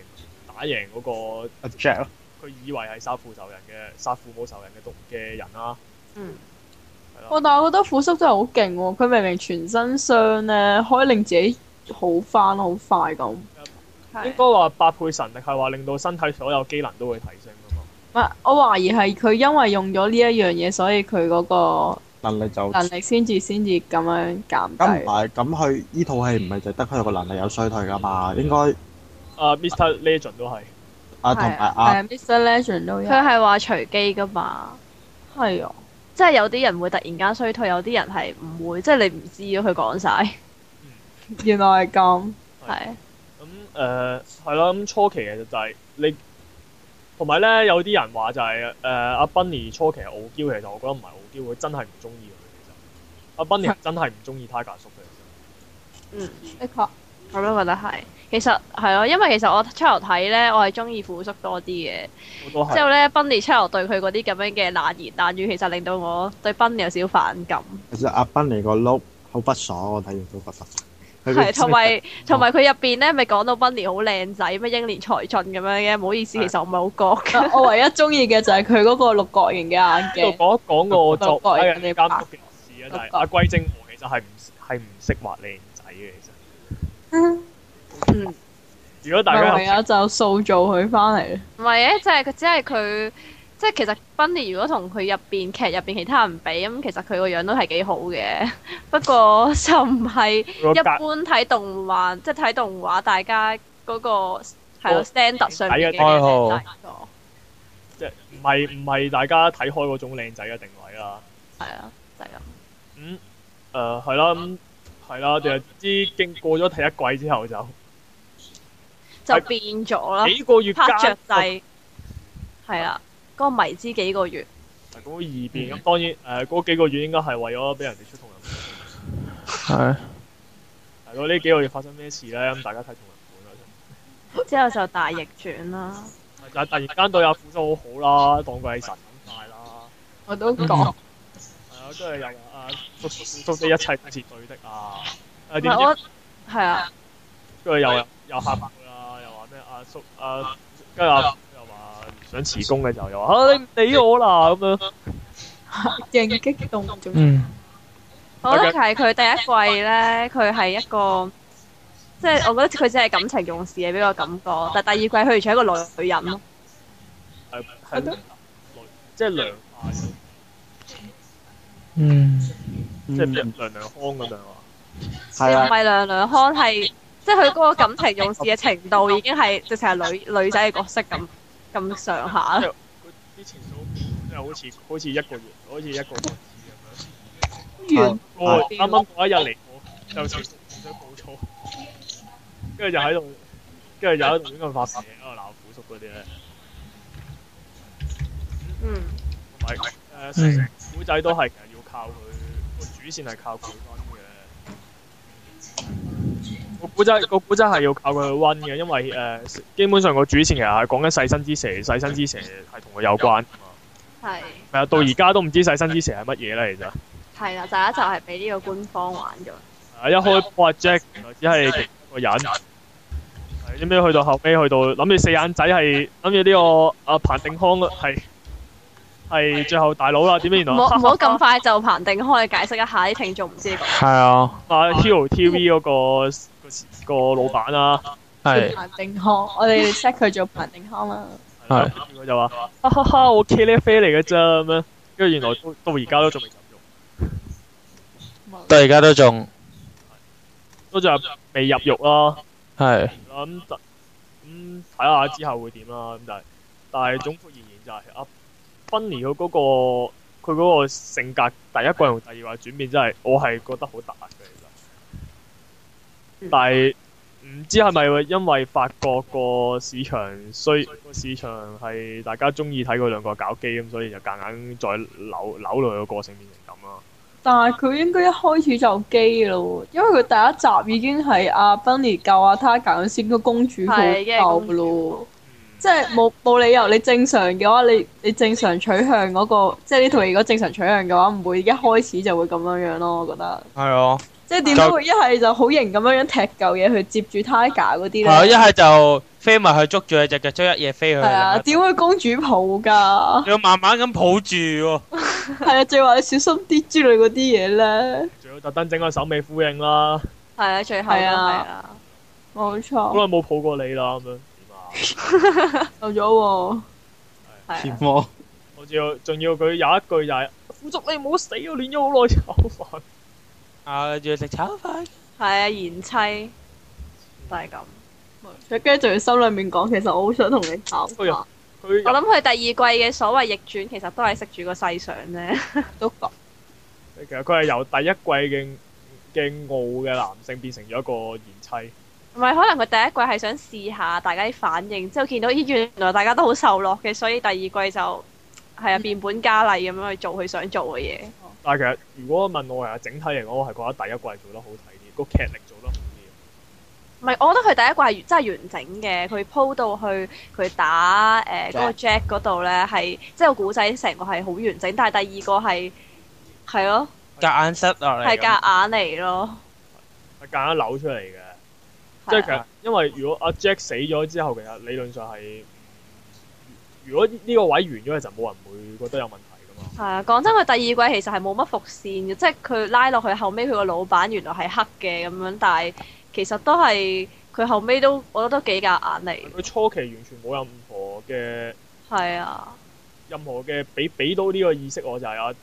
Speaker 2: 打贏嗰、個
Speaker 4: 阿 Jack 咯，
Speaker 2: 佢以為係殺父仇人嘅殺父母仇人嘅毒嘅人啦。
Speaker 5: 嗯
Speaker 6: 我但係我覺得虎叔真係好勁喎，佢明明全身傷咧，可以令自己好翻好快咁。
Speaker 5: 係
Speaker 2: 應該話百倍神力係話令到身體所有機能都會提升噶嘛。
Speaker 6: 唔係，我懷疑係佢因為用咗呢一樣嘢，所以佢嗰個
Speaker 4: 能力就
Speaker 6: 能力先至先至咁樣
Speaker 4: 咁
Speaker 6: 減
Speaker 4: 唔
Speaker 6: 低。
Speaker 4: 係啊咁佢呢套戲唔係就得佢有個能力有衰退噶嘛？應該
Speaker 2: 啊，Mr. Legend 都係
Speaker 4: 啊
Speaker 6: 係
Speaker 4: 同埋
Speaker 6: 係
Speaker 4: 啊
Speaker 6: 啊，Mr. Legend 都有。
Speaker 5: 佢係話隨機噶嘛，
Speaker 6: 係啊，
Speaker 5: 即係有啲人會突然間衰退，有啲人係唔會，即係你唔知啊咯。佢講晒
Speaker 6: 原來係咁。
Speaker 5: 係
Speaker 2: 咁誒係啦。咁初期其實就係你，同埋咧有啲人話就係誒呃阿 Bunny 初期係傲嬌，其實我覺得唔係傲嬌，佢真係唔中意佢。其實阿 Bunny 係真係唔中意 Tiger 叔嘅。
Speaker 5: 嗯
Speaker 6: 的確，
Speaker 5: 我都覺得係。其實係咯，因為其實我出頭睇咧，我係中意虎叔多啲嘅。
Speaker 2: 我都
Speaker 5: 之
Speaker 2: 係
Speaker 5: 後咧，Bunny 出頭對佢嗰啲咁樣嘅冷言冷語，其實令到我對 Bunny 有少少反感。
Speaker 4: 其實阿賓尼個 look 好不爽，我睇完都覺得。佢
Speaker 5: 係，同
Speaker 8: [LAUGHS]
Speaker 4: [LAUGHS]
Speaker 5: 埋同埋佢入邊咧，咪講到 Bunny 好靚仔，咩英年才俊咁樣嘅。唔好意思，其實我唔係好覺嘅。
Speaker 6: 我唯一中意嘅就係佢嗰個六角形嘅眼
Speaker 2: 呢
Speaker 6: 鏡
Speaker 2: 度。講一講個作
Speaker 6: 我覺得
Speaker 2: 品嘅
Speaker 6: 我哋
Speaker 2: 監
Speaker 6: 白
Speaker 2: 督嘅事啊，就係阿龜精和其實係唔係唔識畫靚仔嘅，其實。
Speaker 5: 嗯，
Speaker 2: 如果大
Speaker 6: 咪
Speaker 2: 家
Speaker 6: 唯
Speaker 2: 有
Speaker 6: 有就塑造佢翻嚟。
Speaker 5: 唔係啊嘅，即係佢只係佢，即係其實 Bunny 如果同佢入邊劇入邊其他人比，咁其實佢個樣都係幾好嘅。不過就唔係
Speaker 2: 個
Speaker 5: 一
Speaker 2: 格
Speaker 5: 般睇動漫，即係睇動畫，大家嗰個係
Speaker 2: 哦
Speaker 5: 咯 standard 上面嘅
Speaker 3: 愛好
Speaker 5: 大個
Speaker 2: 即係唔係唔係大家睇開嗰種靚仔嘅定位啦。
Speaker 5: 係啊，就係咁。
Speaker 2: 咁誒係啦，咁係啦，就係知經過咗第一季之後就
Speaker 5: 就變咗啦，
Speaker 2: 幾個月
Speaker 5: 拍
Speaker 2: 間
Speaker 5: 着掣係啦，嗰個迷之幾個月，
Speaker 2: 嗰個異變咁，當然誒嗰幾個月應該係為咗俾人哋出同人
Speaker 3: 係
Speaker 2: 本。係咯，呢幾個月發生咩事咧？咁大家睇同人本啦。真係
Speaker 5: 之後就大逆轉啦。
Speaker 2: 就係突然間對阿富叔好好啦，當佢係神咁拜啦。
Speaker 6: 我都講，
Speaker 2: 係啊，跟住又話啊，富叔叔叔你一切都是對的啊。誒
Speaker 5: 唔
Speaker 2: 點
Speaker 5: 係
Speaker 2: 知
Speaker 5: 我係啊，
Speaker 2: 跟住又又嚇佢啦，又話咩阿叔啊，跟住阿叔又話想辭工嘅時候又話啊你唔理我啦咁樣。
Speaker 6: 勁激動仲
Speaker 3: 嗯
Speaker 5: 我覺得係佢第一季咧，佢係一個即係我覺得佢只係感情用事嘅俾我感覺，但係第二季佢完全係一個女人咯，
Speaker 2: 係啊係即係涼下嘅，
Speaker 3: 嗯
Speaker 2: 即係涼涼涼康咁樣啊！
Speaker 4: 係
Speaker 5: 唔
Speaker 4: 啊，
Speaker 5: 係娘娘康係即係佢嗰個感情用事嘅程度已經係直情係
Speaker 4: [LAUGHS]
Speaker 5: 女女仔嘅角色咁咁上下啦。
Speaker 2: 佢啲情緒即係好似好似一個月，好似一個月咁樣。
Speaker 8: 啊
Speaker 6: 完
Speaker 2: 我
Speaker 4: 係
Speaker 2: 啱啱嗰一日嚟，我就情緒暴躁，跟住就喺度，跟住就喺度亂咁發射，喺度鬧虎叔嗰啲咧，
Speaker 5: 嗯，
Speaker 2: 同埋誒成古仔都係其實要靠佢個主線係靠佢温嘅。個古仔個古仔係要靠佢去温嘅，因為誒、基本上個主線其實係講緊細身之蛇，細身之蛇係同佢有關㗎嘛。
Speaker 4: 嗯
Speaker 5: 係
Speaker 2: 係啊，到而家都唔知細身之蛇係乜嘢啦，其實。
Speaker 5: 係啦，第一集係俾呢個官方玩咗。
Speaker 2: 啊！一開波阿 Jack 原來只係其中一個人，係點知去到後尾去到諗住四眼仔係諗住呢個阿彭定康係係最後大佬啦，點知原來
Speaker 5: 唔好唔好咁快就彭定開解釋一下啲聽眾唔知你講
Speaker 3: 係啊
Speaker 2: 啊 Hero TV 嗰個個老闆啊啦，
Speaker 3: 係
Speaker 6: 彭定康，我哋 set 佢做彭定康啦。
Speaker 3: 係
Speaker 2: 跟住佢就話：哈哈哈，我茄喱啡嚟嘅啫咁樣，跟住原來到到而家都仲未走肉，
Speaker 3: 到而家都仲
Speaker 2: 都仲係未入肉啦。
Speaker 3: 係
Speaker 2: 啦，咁就咁睇下之後會點啦。咁但係但係總括而言就係、阿 Bunny 佢嗰、個佢嗰個性格第一季同第二季轉變真係我係覺得好突兀嘅其實，但係唔知係咪因為法國個市場需個市場係大家中意睇佢兩個搞基咁，所以就夾硬再扭扭落佢個個性變成咁啦。
Speaker 6: 但係佢應該一開始就基咯，因為佢第一集已經係阿 Bunny 救阿 Tiger 先個公主
Speaker 5: 係因為
Speaker 6: 佢
Speaker 5: 公
Speaker 6: 救
Speaker 5: 主
Speaker 2: 嗯
Speaker 6: 咯，即係冇冇理由你正常嘅話，你你正常取向嗰、個，即係呢套戲如果正常取向嘅話，唔會一開始就會咁樣樣咯，我覺得。
Speaker 3: 係啊
Speaker 6: 即即係點解會一係就好型咁樣樣踢嚿嘢去接住 Tiger 嗰啲
Speaker 3: 係啊，一
Speaker 6: 咧？
Speaker 3: 係就飛埋去捉住佢只腳，將一嘢飛去
Speaker 6: 係啊，
Speaker 3: 佢。
Speaker 6: 點會公主抱
Speaker 5: [LAUGHS]
Speaker 6: 㗎？
Speaker 3: 要慢慢咁抱住喎，
Speaker 6: 係啊，最話你小心啲之類嗰啲嘢咧。
Speaker 2: 仲要特登整個手尾呼應啦，
Speaker 5: 係啊，最後都係啊
Speaker 6: 係
Speaker 5: 啦。
Speaker 6: 冇
Speaker 2: 好
Speaker 6: 錯
Speaker 2: 耐，冇抱過你啦咁樣。點啊？
Speaker 6: 漏咗喎。
Speaker 5: 係啊
Speaker 8: 天魔
Speaker 2: 我仲要仲要佢有一句就係輔助你唔好死，我練咗好耐炒飯。
Speaker 3: 啊，要食炒飯。
Speaker 5: 係啊，賢妻就係咁。
Speaker 6: 跟住仲要心裏面講，其實我好想同你跑
Speaker 2: 哎呀
Speaker 6: 馬
Speaker 2: 佢
Speaker 5: 我
Speaker 2: 入
Speaker 5: 諗佢第二季嘅所謂逆轉，其實都係食住個世相啫。
Speaker 6: 都講。
Speaker 2: 其實佢係由第一季嘅嘅傲嘅男性變成咗一個賢妻。
Speaker 5: 唔係，可能佢第一季係想試下大家啲反應，之後見到咦原來大家都好受落嘅，所以第二季就係啊變本加厲咁樣去做佢想做嘅嘢。
Speaker 2: 但係其實如果問我係整體嚟講，我係覺得第一季做得好睇啲，個劇力做得好啲。
Speaker 5: 唔係，我覺得佢第一季係真係完整嘅，佢鋪到去佢打誒嗰、個 Jack 嗰度咧，係即係個古仔成個係好完整，但係第二個係係咯，
Speaker 3: 夾硬塞落
Speaker 2: 啊
Speaker 3: 嚟咁，
Speaker 5: 係夾硬嚟咯。
Speaker 2: 係夾硬扭出嚟嘅。即
Speaker 5: 係
Speaker 2: 係
Speaker 5: 啊
Speaker 2: 其實因為如果阿 Jack 死咗之後，其實理論上係如果呢個位完咗，其實冇人會覺得有問題噶嘛。
Speaker 5: 係啊，講真，佢第二季其實係冇乜伏線嘅，即係佢拉落去後尾，佢個老闆原來係黑嘅咁樣，但係其實都係佢後尾都我覺得都幾夾硬嚟。
Speaker 2: 佢初期完全冇任何嘅
Speaker 5: 係啊，
Speaker 2: 任何嘅俾俾到呢個意識我，就係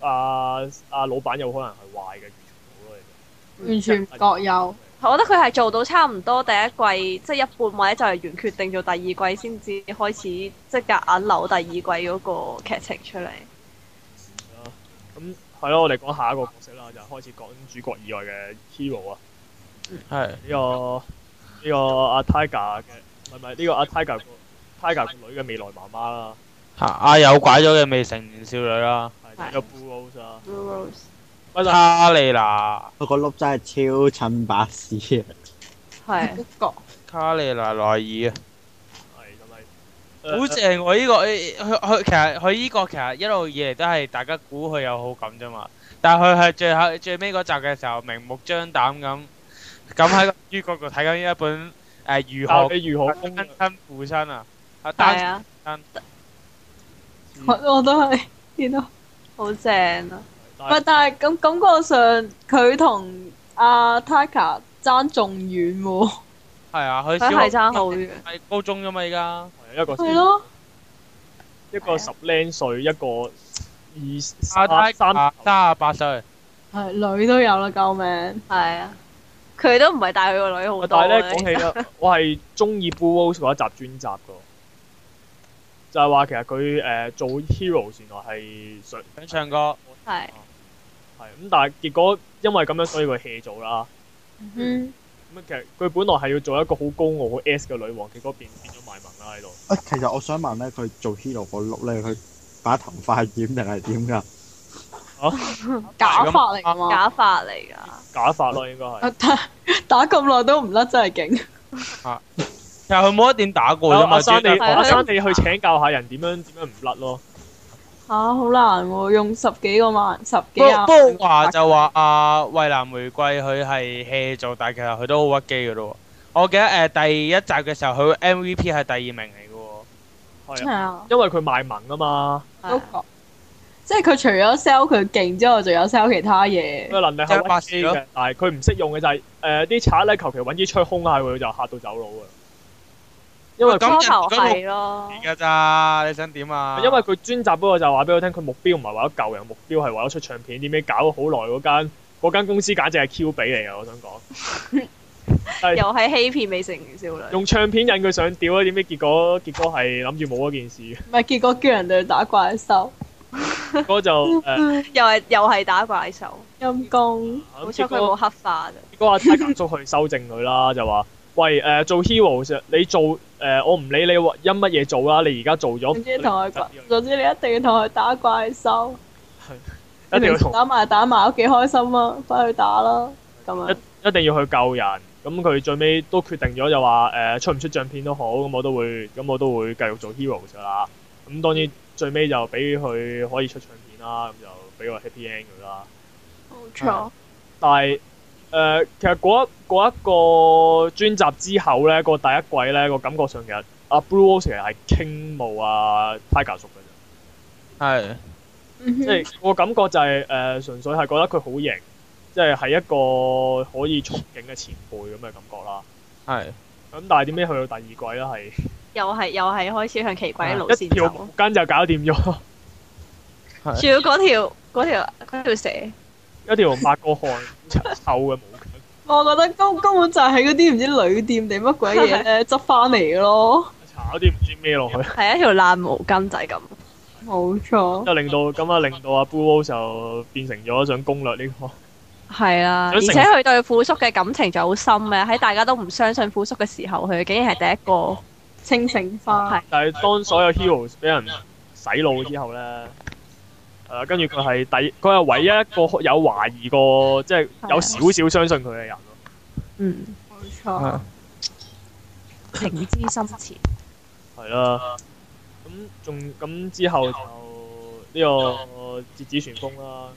Speaker 2: 阿阿阿老闆有可能係壞嘅，完全冇咯。
Speaker 6: 完全唔覺有。
Speaker 5: 我覺得佢係做到差唔多第一季即係一半或者就係完決定做第二季先至開始即係夾硬扭第二季嗰個劇情出嚟。
Speaker 2: 啊咁係咯，我哋講下一個角色啦，就係開始講主角以外嘅 hero 啊。
Speaker 3: 係
Speaker 2: 呢、個呢、個阿 Tiger 嘅，唔係唔係呢個阿 Tiger 個 Tiger 個女嘅未來媽媽啦，
Speaker 3: 嚇啊有拐咗嘅未成年少女啦，
Speaker 2: 係呢個 Blue Rose 啊。
Speaker 5: Blue Rose
Speaker 2: 喂，但
Speaker 3: 卡莉娜、
Speaker 8: 我個粒真係超襯白屎啊！
Speaker 2: [LAUGHS]
Speaker 5: 係
Speaker 3: 卡莉娜內爾啊，
Speaker 2: 係真係
Speaker 3: 好
Speaker 2: 誒
Speaker 3: 正喎！呢個誒佢佢其實佢呢個其實一路以嚟都係大家估佢有好感啫嘛，但係佢係最後最尾嗰集嘅時候明目張膽咁咁喺個書角度睇緊一本誒如
Speaker 2: 教
Speaker 3: 何
Speaker 2: 你如何攻
Speaker 3: 單親父親啊，啊
Speaker 5: 係
Speaker 3: 單
Speaker 5: 啊，
Speaker 6: 我我都 [LAUGHS] 係見到。
Speaker 5: 好正啊！
Speaker 6: 喂，
Speaker 2: 但係
Speaker 6: 但係咁感覺上佢同阿 Taka 爭仲遠喎，
Speaker 3: 係啊，佢
Speaker 5: 佢
Speaker 3: 小
Speaker 5: 係爭好遠，
Speaker 3: 係高中啫嘛，而家
Speaker 2: 一個
Speaker 6: 係咯，
Speaker 2: 一個十零歲，一個
Speaker 3: 阿
Speaker 2: 二
Speaker 3: 泰
Speaker 2: 三三頭
Speaker 3: 三十八歲，
Speaker 6: 係女都有啦，救命！
Speaker 5: 係啊，佢都唔係大佢個女好多
Speaker 2: 但係咧
Speaker 5: 啊
Speaker 2: 講起啦，我係中意 Blue Rose 嗰一集專集噶，就係話其實佢誒做 hero 原來係想
Speaker 3: 想唱歌。
Speaker 5: 係
Speaker 2: 係咁，但係結果因為咁樣，所以佢 hea 做啦。
Speaker 6: 嗯，
Speaker 2: 咁其實佢本來係要做一個好高傲、好 S 嘅女王，結果變變咗賣萌啦喺度。
Speaker 4: 啊，其實我想問咧，佢做 hero 個 look 咧，佢把頭髮染定係點㗎？
Speaker 8: 啊
Speaker 6: 假髮嚟㗎
Speaker 2: 哦
Speaker 6: 嘛，
Speaker 5: 假髮嚟㗎。
Speaker 2: 假髮
Speaker 5: 嗯
Speaker 2: 咯，應該係。
Speaker 6: 打打咁耐都唔甩，真係勁。
Speaker 3: 其實佢冇一點打過啫
Speaker 2: 阿
Speaker 3: 嘛，
Speaker 2: 阿生你
Speaker 3: 專登
Speaker 5: 係啊
Speaker 2: 阿生你去請教下人點樣點樣唔甩咯。
Speaker 6: 嚇，好難喎，用十幾個萬、十幾
Speaker 3: 不過
Speaker 6: 啊，
Speaker 3: 不過話就話阿蔚藍玫瑰佢係 hea 做，但係其實佢都好屈機嘅咯喎。我記得誒、呃第一集嘅時候，佢 MVP 係第二名嚟嘅喎。
Speaker 2: 係
Speaker 6: 係
Speaker 2: 啊，
Speaker 6: 啊，
Speaker 2: 因為佢賣萌啊嘛，
Speaker 6: 都覺。即係佢除咗 sell 佢勁之外，仲有 sell 其他嘢
Speaker 2: 佢。能力
Speaker 3: 即係白
Speaker 2: 係屈
Speaker 3: 痴
Speaker 2: 機
Speaker 3: 咯
Speaker 2: 嘅，但係佢唔識用嘅就係誒啲賊咧，求其揾支吹空下佢就嚇到走佬啊㗎啦。因為
Speaker 3: 咁
Speaker 5: 初頭
Speaker 3: 人哋
Speaker 5: 係咯，
Speaker 3: 而家咋？你想點啊？
Speaker 2: 因為佢專集嗰個就話俾我聽，佢目標唔係為咗救人，目標係為咗出唱片。點解搞咗好耐嗰間嗰間公司簡直係 Q 比嚟㗎，我想講。
Speaker 5: 又係欺騙未成年少女。
Speaker 2: 用唱片引佢上吊啊！點知結果結果係諗住冇嗰件事嘅，
Speaker 6: 唔係結果叫人哋打怪獸，
Speaker 2: 結果就誒，
Speaker 6: 嗯
Speaker 2: 呃
Speaker 5: 又係又係打怪獸，
Speaker 6: 陰公。
Speaker 5: 好
Speaker 2: 咁
Speaker 5: 彩
Speaker 2: 啊結
Speaker 5: 佢冇
Speaker 2: 果
Speaker 5: 黑化啫。
Speaker 2: 結果阿泰格叔去修正佢啦，就話：喂誒、呃做 hero 啫你做誒、呃我唔理你話因乜嘢做啦，你而家做咗，
Speaker 6: 總之同佢講，
Speaker 2: 一
Speaker 6: 總之你一定要同佢打怪獸。
Speaker 2: 定要同
Speaker 6: 打埋打埋，我幾開心啊！翻去打啦，咁樣
Speaker 2: 一定要去救人。咁佢最尾都決定咗就話誒、呃出唔出唱片都好，咁我都會咁我都會繼續做 hero 噶啦。咁當然最尾就俾佢可以出唱片啦，咁就俾個 happy end 佢啦。
Speaker 5: 冇錯，
Speaker 2: 但係誒，其實嗰一嗰一個專集之後咧，個第一季咧個感覺上其實阿 Blue Rose 其實係傾慕啊 Tiger 叔嘅啫。
Speaker 3: 係
Speaker 2: 即係我感覺就係、誒、呃純粹係覺得佢好型，即係係一個可以憧憬嘅前輩咁嘅感覺啦。
Speaker 3: 係
Speaker 2: 咁但係點知去到第二季啦，係
Speaker 5: 又係又係開始向奇怪嘅路
Speaker 2: 啊一
Speaker 5: 線
Speaker 2: 條
Speaker 5: 走
Speaker 2: 毛，巾就搞掂咗， [LAUGHS]
Speaker 5: 仲要嗰條嗰條嗰條蛇，
Speaker 2: 一條抹過汗臭嘅毛巾。
Speaker 6: 我覺得根根本就係嗰啲唔知旅店定乜鬼嘢
Speaker 2: [LAUGHS]
Speaker 6: 咧執翻嚟嘅咯，
Speaker 2: 搽咗啲唔知咩落去，
Speaker 5: [LAUGHS] 係一條爛毛巾就係咁。
Speaker 6: 冇錯。
Speaker 2: 就令到咁啊，令到阿 Blue Rose 就變成咗想攻略呢、個。 [LAUGHS]
Speaker 5: 係啦，
Speaker 2: 想
Speaker 5: 而且
Speaker 2: 成
Speaker 5: 佢對富叔嘅感情仲好深嘅，喺大家都唔相信富叔嘅時候，佢竟然係第一個。
Speaker 6: 清醒花，
Speaker 5: 係
Speaker 2: 但係當所有 heroes 俾人洗腦之後咧，誒、跟住佢係第佢係唯一一個有懷疑過，即係有少少相信佢嘅人咯。
Speaker 5: 嗯，
Speaker 6: 冇錯。
Speaker 5: 情之深切。
Speaker 2: 係啦。咁仲咁之後就呢個折子旋風啦。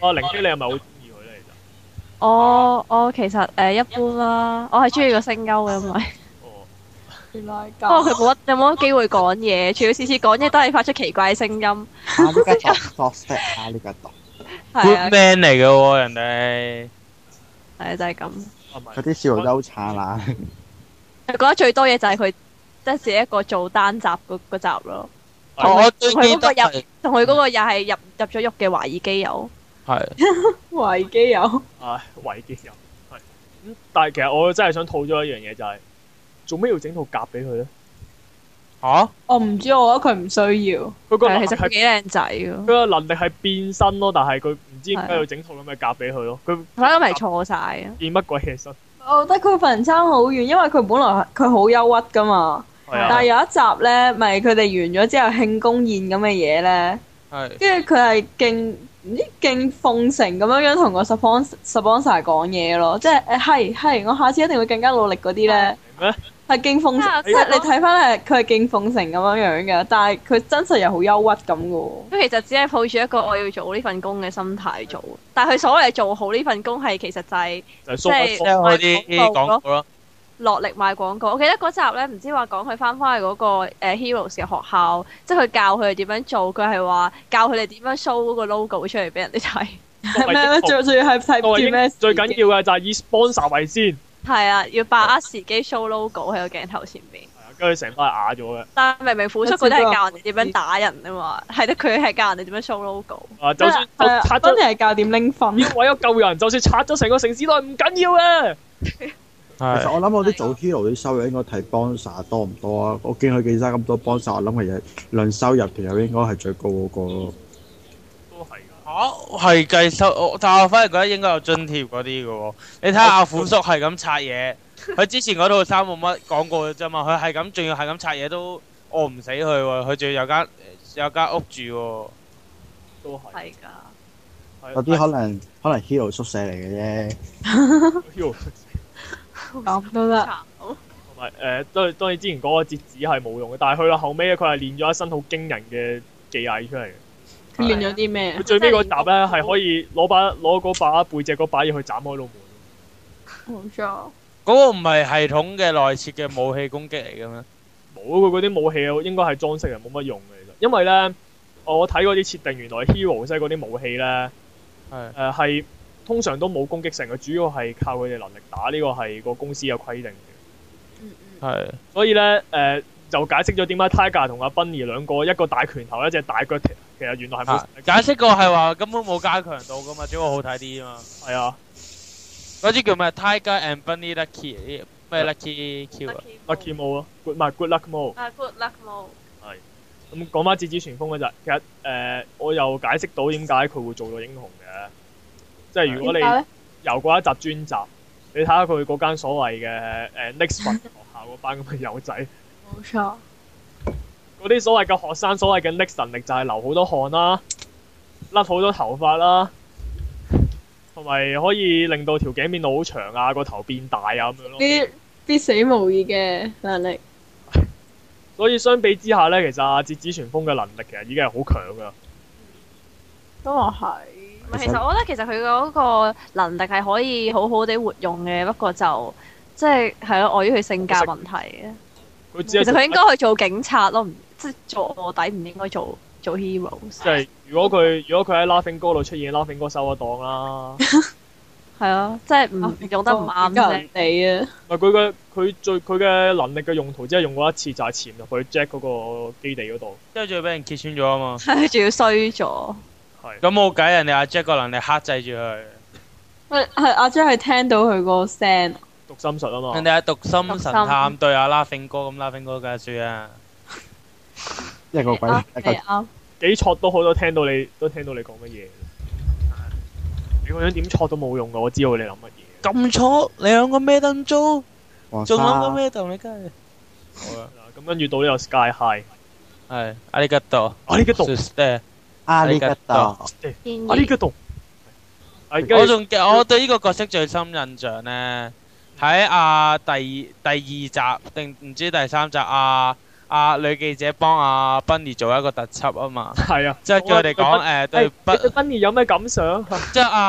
Speaker 2: 啊，靈機你係咪好中意佢咧？其實，
Speaker 5: 我我其實誒、呃一般啦，我係中意個聲優嘅，因為
Speaker 2: 哦，
Speaker 6: 原來
Speaker 5: 不 [LAUGHS] 過佢冇乜有冇乜機會講嘢，仲要次次講嘢都係發出奇怪嘅聲音，係
Speaker 8: 啊呢個度 prospect 啊呢個度，
Speaker 5: 啊 à.
Speaker 3: good，man 嚟嘅喎，人
Speaker 5: 係啊就係咁。
Speaker 2: 啊唔係
Speaker 8: 嗰啲笑容都好燦爛。
Speaker 5: 佢講得最多嘢就係佢即係自己一個做單集嗰嗰集咯，
Speaker 3: 哋我我最記得
Speaker 5: 佢嗰個
Speaker 3: 係
Speaker 5: 同佢嗰個又係入入咗獄嘅華爾基友，
Speaker 3: 係
Speaker 6: 維基
Speaker 5: [LAUGHS]
Speaker 6: 有，
Speaker 2: 啊，維基人係咁，但係其實我真係想吐咗一樣嘢就係、做咩要整套夾俾佢咧？
Speaker 3: 嚇
Speaker 6: 我哦唔知，我覺得佢唔需要。
Speaker 2: 佢個能
Speaker 5: 係
Speaker 2: 力
Speaker 5: 其實佢
Speaker 2: 係
Speaker 5: 幾靚仔
Speaker 2: 佢
Speaker 5: 嘅，
Speaker 2: 個能力係變身咯，但係佢唔知點解要整套咁嘅夾俾佢咯。佢
Speaker 5: 我諗係錯晒啊！
Speaker 2: 變乜鬼嘢身？
Speaker 6: 我覺得佢份人差好遠，因為佢本來佢好憂鬱噶嘛。
Speaker 2: 係
Speaker 6: 但係
Speaker 2: 啊，
Speaker 6: 有一集咧，咪佢哋完咗之後慶功宴咁嘅嘢咧，
Speaker 3: 係
Speaker 6: 跟住佢係勁唔知勁奉承咁樣樣同個 sponsor sponsor 講嘢咯，即係誒係係，我下次一定會更加努力嗰啲咧，
Speaker 2: 咩？
Speaker 6: 係勁奉承
Speaker 5: 啊，
Speaker 6: 即係你睇翻係佢係勁奉承咁樣樣嘅，但係佢真實又好憂鬱咁嘅喎。
Speaker 5: 佢其實只係抱住一個我要做呢份工嘅心態做，但係佢所謂做好呢份工係其實就係
Speaker 2: 就係蘇
Speaker 5: 即
Speaker 3: 即
Speaker 2: 不
Speaker 5: 係
Speaker 3: 係嗰啲
Speaker 5: 賣廣告
Speaker 3: 廣告咯，
Speaker 5: 落力賣廣告。我記得嗰集咧，唔知話講佢翻返去嗰、個、呃、Heroes 嘅學校，即係佢教佢哋點樣做，佢係話教佢哋點樣 show 嗰個 logo 出嚟俾人哋睇。
Speaker 6: [LAUGHS] 咩咩？最最係睇
Speaker 2: 哦我
Speaker 6: 住咩？
Speaker 2: 最緊要嘅就係以 sponsor 為先，
Speaker 5: 係啊，要把握時機 show logo 喺個鏡頭前面。
Speaker 2: 係啊跟住成班係啞咗嘅。
Speaker 5: 但係明明虎叔嗰啲係教人哋點樣打人啊嘛，係得佢係教人哋點樣 show logo。
Speaker 2: 啊，就算
Speaker 6: 係啊
Speaker 2: 我拆
Speaker 6: 真
Speaker 2: 咗，
Speaker 6: 係教點拎分。
Speaker 2: 要為咗救人，就算拆咗成個城市都係唔緊要嘅。
Speaker 8: 其實
Speaker 3: 係
Speaker 8: 我諗我啲早 hero 啲收入應該睇 bonus 多唔多啊？我見佢記曬咁多 bonus，我諗佢嘢論收入條友應該係最高嗰個咯。
Speaker 2: 都係㗎。
Speaker 3: 嚇係計收，我但係我反而覺得應該有津貼嗰啲嘅喎。你睇下阿虎叔係咁拆嘢，佢之前嗰套衫冇乜廣告嘅啫嘛，佢係咁，仲要係咁拆嘢都餓唔死佢喎，佢仲要有間有間屋住喎。
Speaker 2: 都係。
Speaker 5: 係㗎，
Speaker 2: 係啊
Speaker 8: 有啲可能可能 hero 宿舍嚟嘅啫。
Speaker 2: Hero
Speaker 6: 咁都得，
Speaker 5: 慘
Speaker 2: 同埋誒，當當然之前嗰個折紙係冇用嘅，但係去到後尾佢係練咗一身好驚人嘅技藝出嚟嘅。
Speaker 6: 佢練咗啲咩
Speaker 2: 佢？最尾嗰集咧係可以攞把攞嗰把背脊嗰把嘢去斬開到門。
Speaker 6: 冇錯，
Speaker 3: 嗰個唔係系統嘅內設嘅武器攻擊嚟嘅咩？
Speaker 2: 冇佢嗰啲武器應該係裝飾嘅，冇乜用嘅其實。因為咧，我睇嗰啲設定，原來 hero 即係嗰啲武器咧，
Speaker 3: 係
Speaker 2: 誒係通常都冇攻擊性嘅，主要係靠佢哋能力打，呢個係個公司嘅規定嘅。
Speaker 3: 係
Speaker 2: 所以咧，誒、就解釋咗點解 Tiger 同阿 Bunny 兩個一個大拳頭，一隻大腳踢，其實原來係冇
Speaker 3: 啊解釋過係話根本冇加強到噶嘛，只不過好睇啲啊嘛。
Speaker 2: 係啊
Speaker 3: 嗰支叫咩？Tiger and Bunny Lucky 咩 Lucky Q à. 啊？
Speaker 2: ，lucky move 咯，good 唔係 good luck move。
Speaker 5: 啊，good luck mo。
Speaker 2: 咁講翻《折紙旋風》嗰陣，其實誒、呃我又解釋到點解佢會做到英雄嘅，即係如果你
Speaker 6: 點解咧？
Speaker 2: 由嗰一集專集，你睇下佢嗰間所謂嘅誒 Next 份學校嗰班咁嘅友仔，
Speaker 6: 冇錯，
Speaker 2: 哦嗰啲所謂嘅學生，所謂嘅 Next 能力就係流好多汗啦，甩好多頭髮啦，同埋可以令到條頸變到好長啊，個頭變大啊咁樣咯。
Speaker 6: 呢必死無疑嘅能力。
Speaker 2: 所以相比之啊下咧，其實阿折紙旋風嘅能力其實已經係好強㗎。
Speaker 6: 都話係，
Speaker 5: 唔係，其實我覺得其實佢嗰個能力係可以好好地活用嘅，不過就即係係咯，礙於佢性格問題嘅。
Speaker 2: 佢只
Speaker 5: 其
Speaker 2: 係
Speaker 5: 實佢應該去做警察咯，唔即係做卧底，唔應該做做 heroes。
Speaker 2: 即係如果佢如果佢喺 Laughing 哥度出現，Laughing 哥收咗檔
Speaker 3: [LAUGHS]
Speaker 2: 啦。
Speaker 5: 係啊，即係
Speaker 6: 嗯
Speaker 5: 唔用得唔
Speaker 6: 哦
Speaker 5: 啱啫。
Speaker 6: 人哋啊，
Speaker 2: 唔係佢嘅佢最佢嘅能力嘅用途，只係用過一次，就係潛入去 Jack 嗰個基地嗰度。
Speaker 3: 之後仲要俾人揭穿咗啊嘛。
Speaker 5: 係 [LAUGHS] 仲要衰咗。
Speaker 2: 係。
Speaker 3: 咁冇計，人哋阿 Jack 個能力克制住佢，
Speaker 6: 喂係阿 J 係聽到佢個聲，
Speaker 2: 讀心術啊嘛。
Speaker 3: 人哋係讀心神
Speaker 5: 讀
Speaker 3: 探
Speaker 5: 心
Speaker 3: 對阿 Laughing 哥，咁 Laughing 哥梗係輸啊。
Speaker 4: 一個鬼
Speaker 5: 啱
Speaker 4: 一個
Speaker 5: 係啱，
Speaker 2: 幾錯都好，都聽到你都聽到你講乜嘢。你個樣點錯都冇用噶，我知道你諗乜嘢。
Speaker 3: 咁錯，你兩個咩燈租？
Speaker 8: 黃
Speaker 3: 仲諗緊
Speaker 8: 沙
Speaker 3: 咩度？你梗係好啊，
Speaker 2: 咁跟住到呢個 Sky High，
Speaker 3: 係阿呢吉度，
Speaker 2: 啊呢個度，
Speaker 3: So there
Speaker 4: 阿里吉達，
Speaker 5: 建
Speaker 2: 啊呢
Speaker 5: 議
Speaker 2: 個啊度，係
Speaker 3: 我
Speaker 2: 跟住
Speaker 3: 仲記我對呢個角色最深印象咧，喺啊第二第二集定唔知第三集啊啊女記者幫阿 Bunny 做一個特輯啊嘛，
Speaker 2: 係啊，
Speaker 3: 即係叫佢哋講誒對
Speaker 2: 誒
Speaker 3: 不
Speaker 2: 你，對 Bunny 有咩感想？
Speaker 3: 即係阿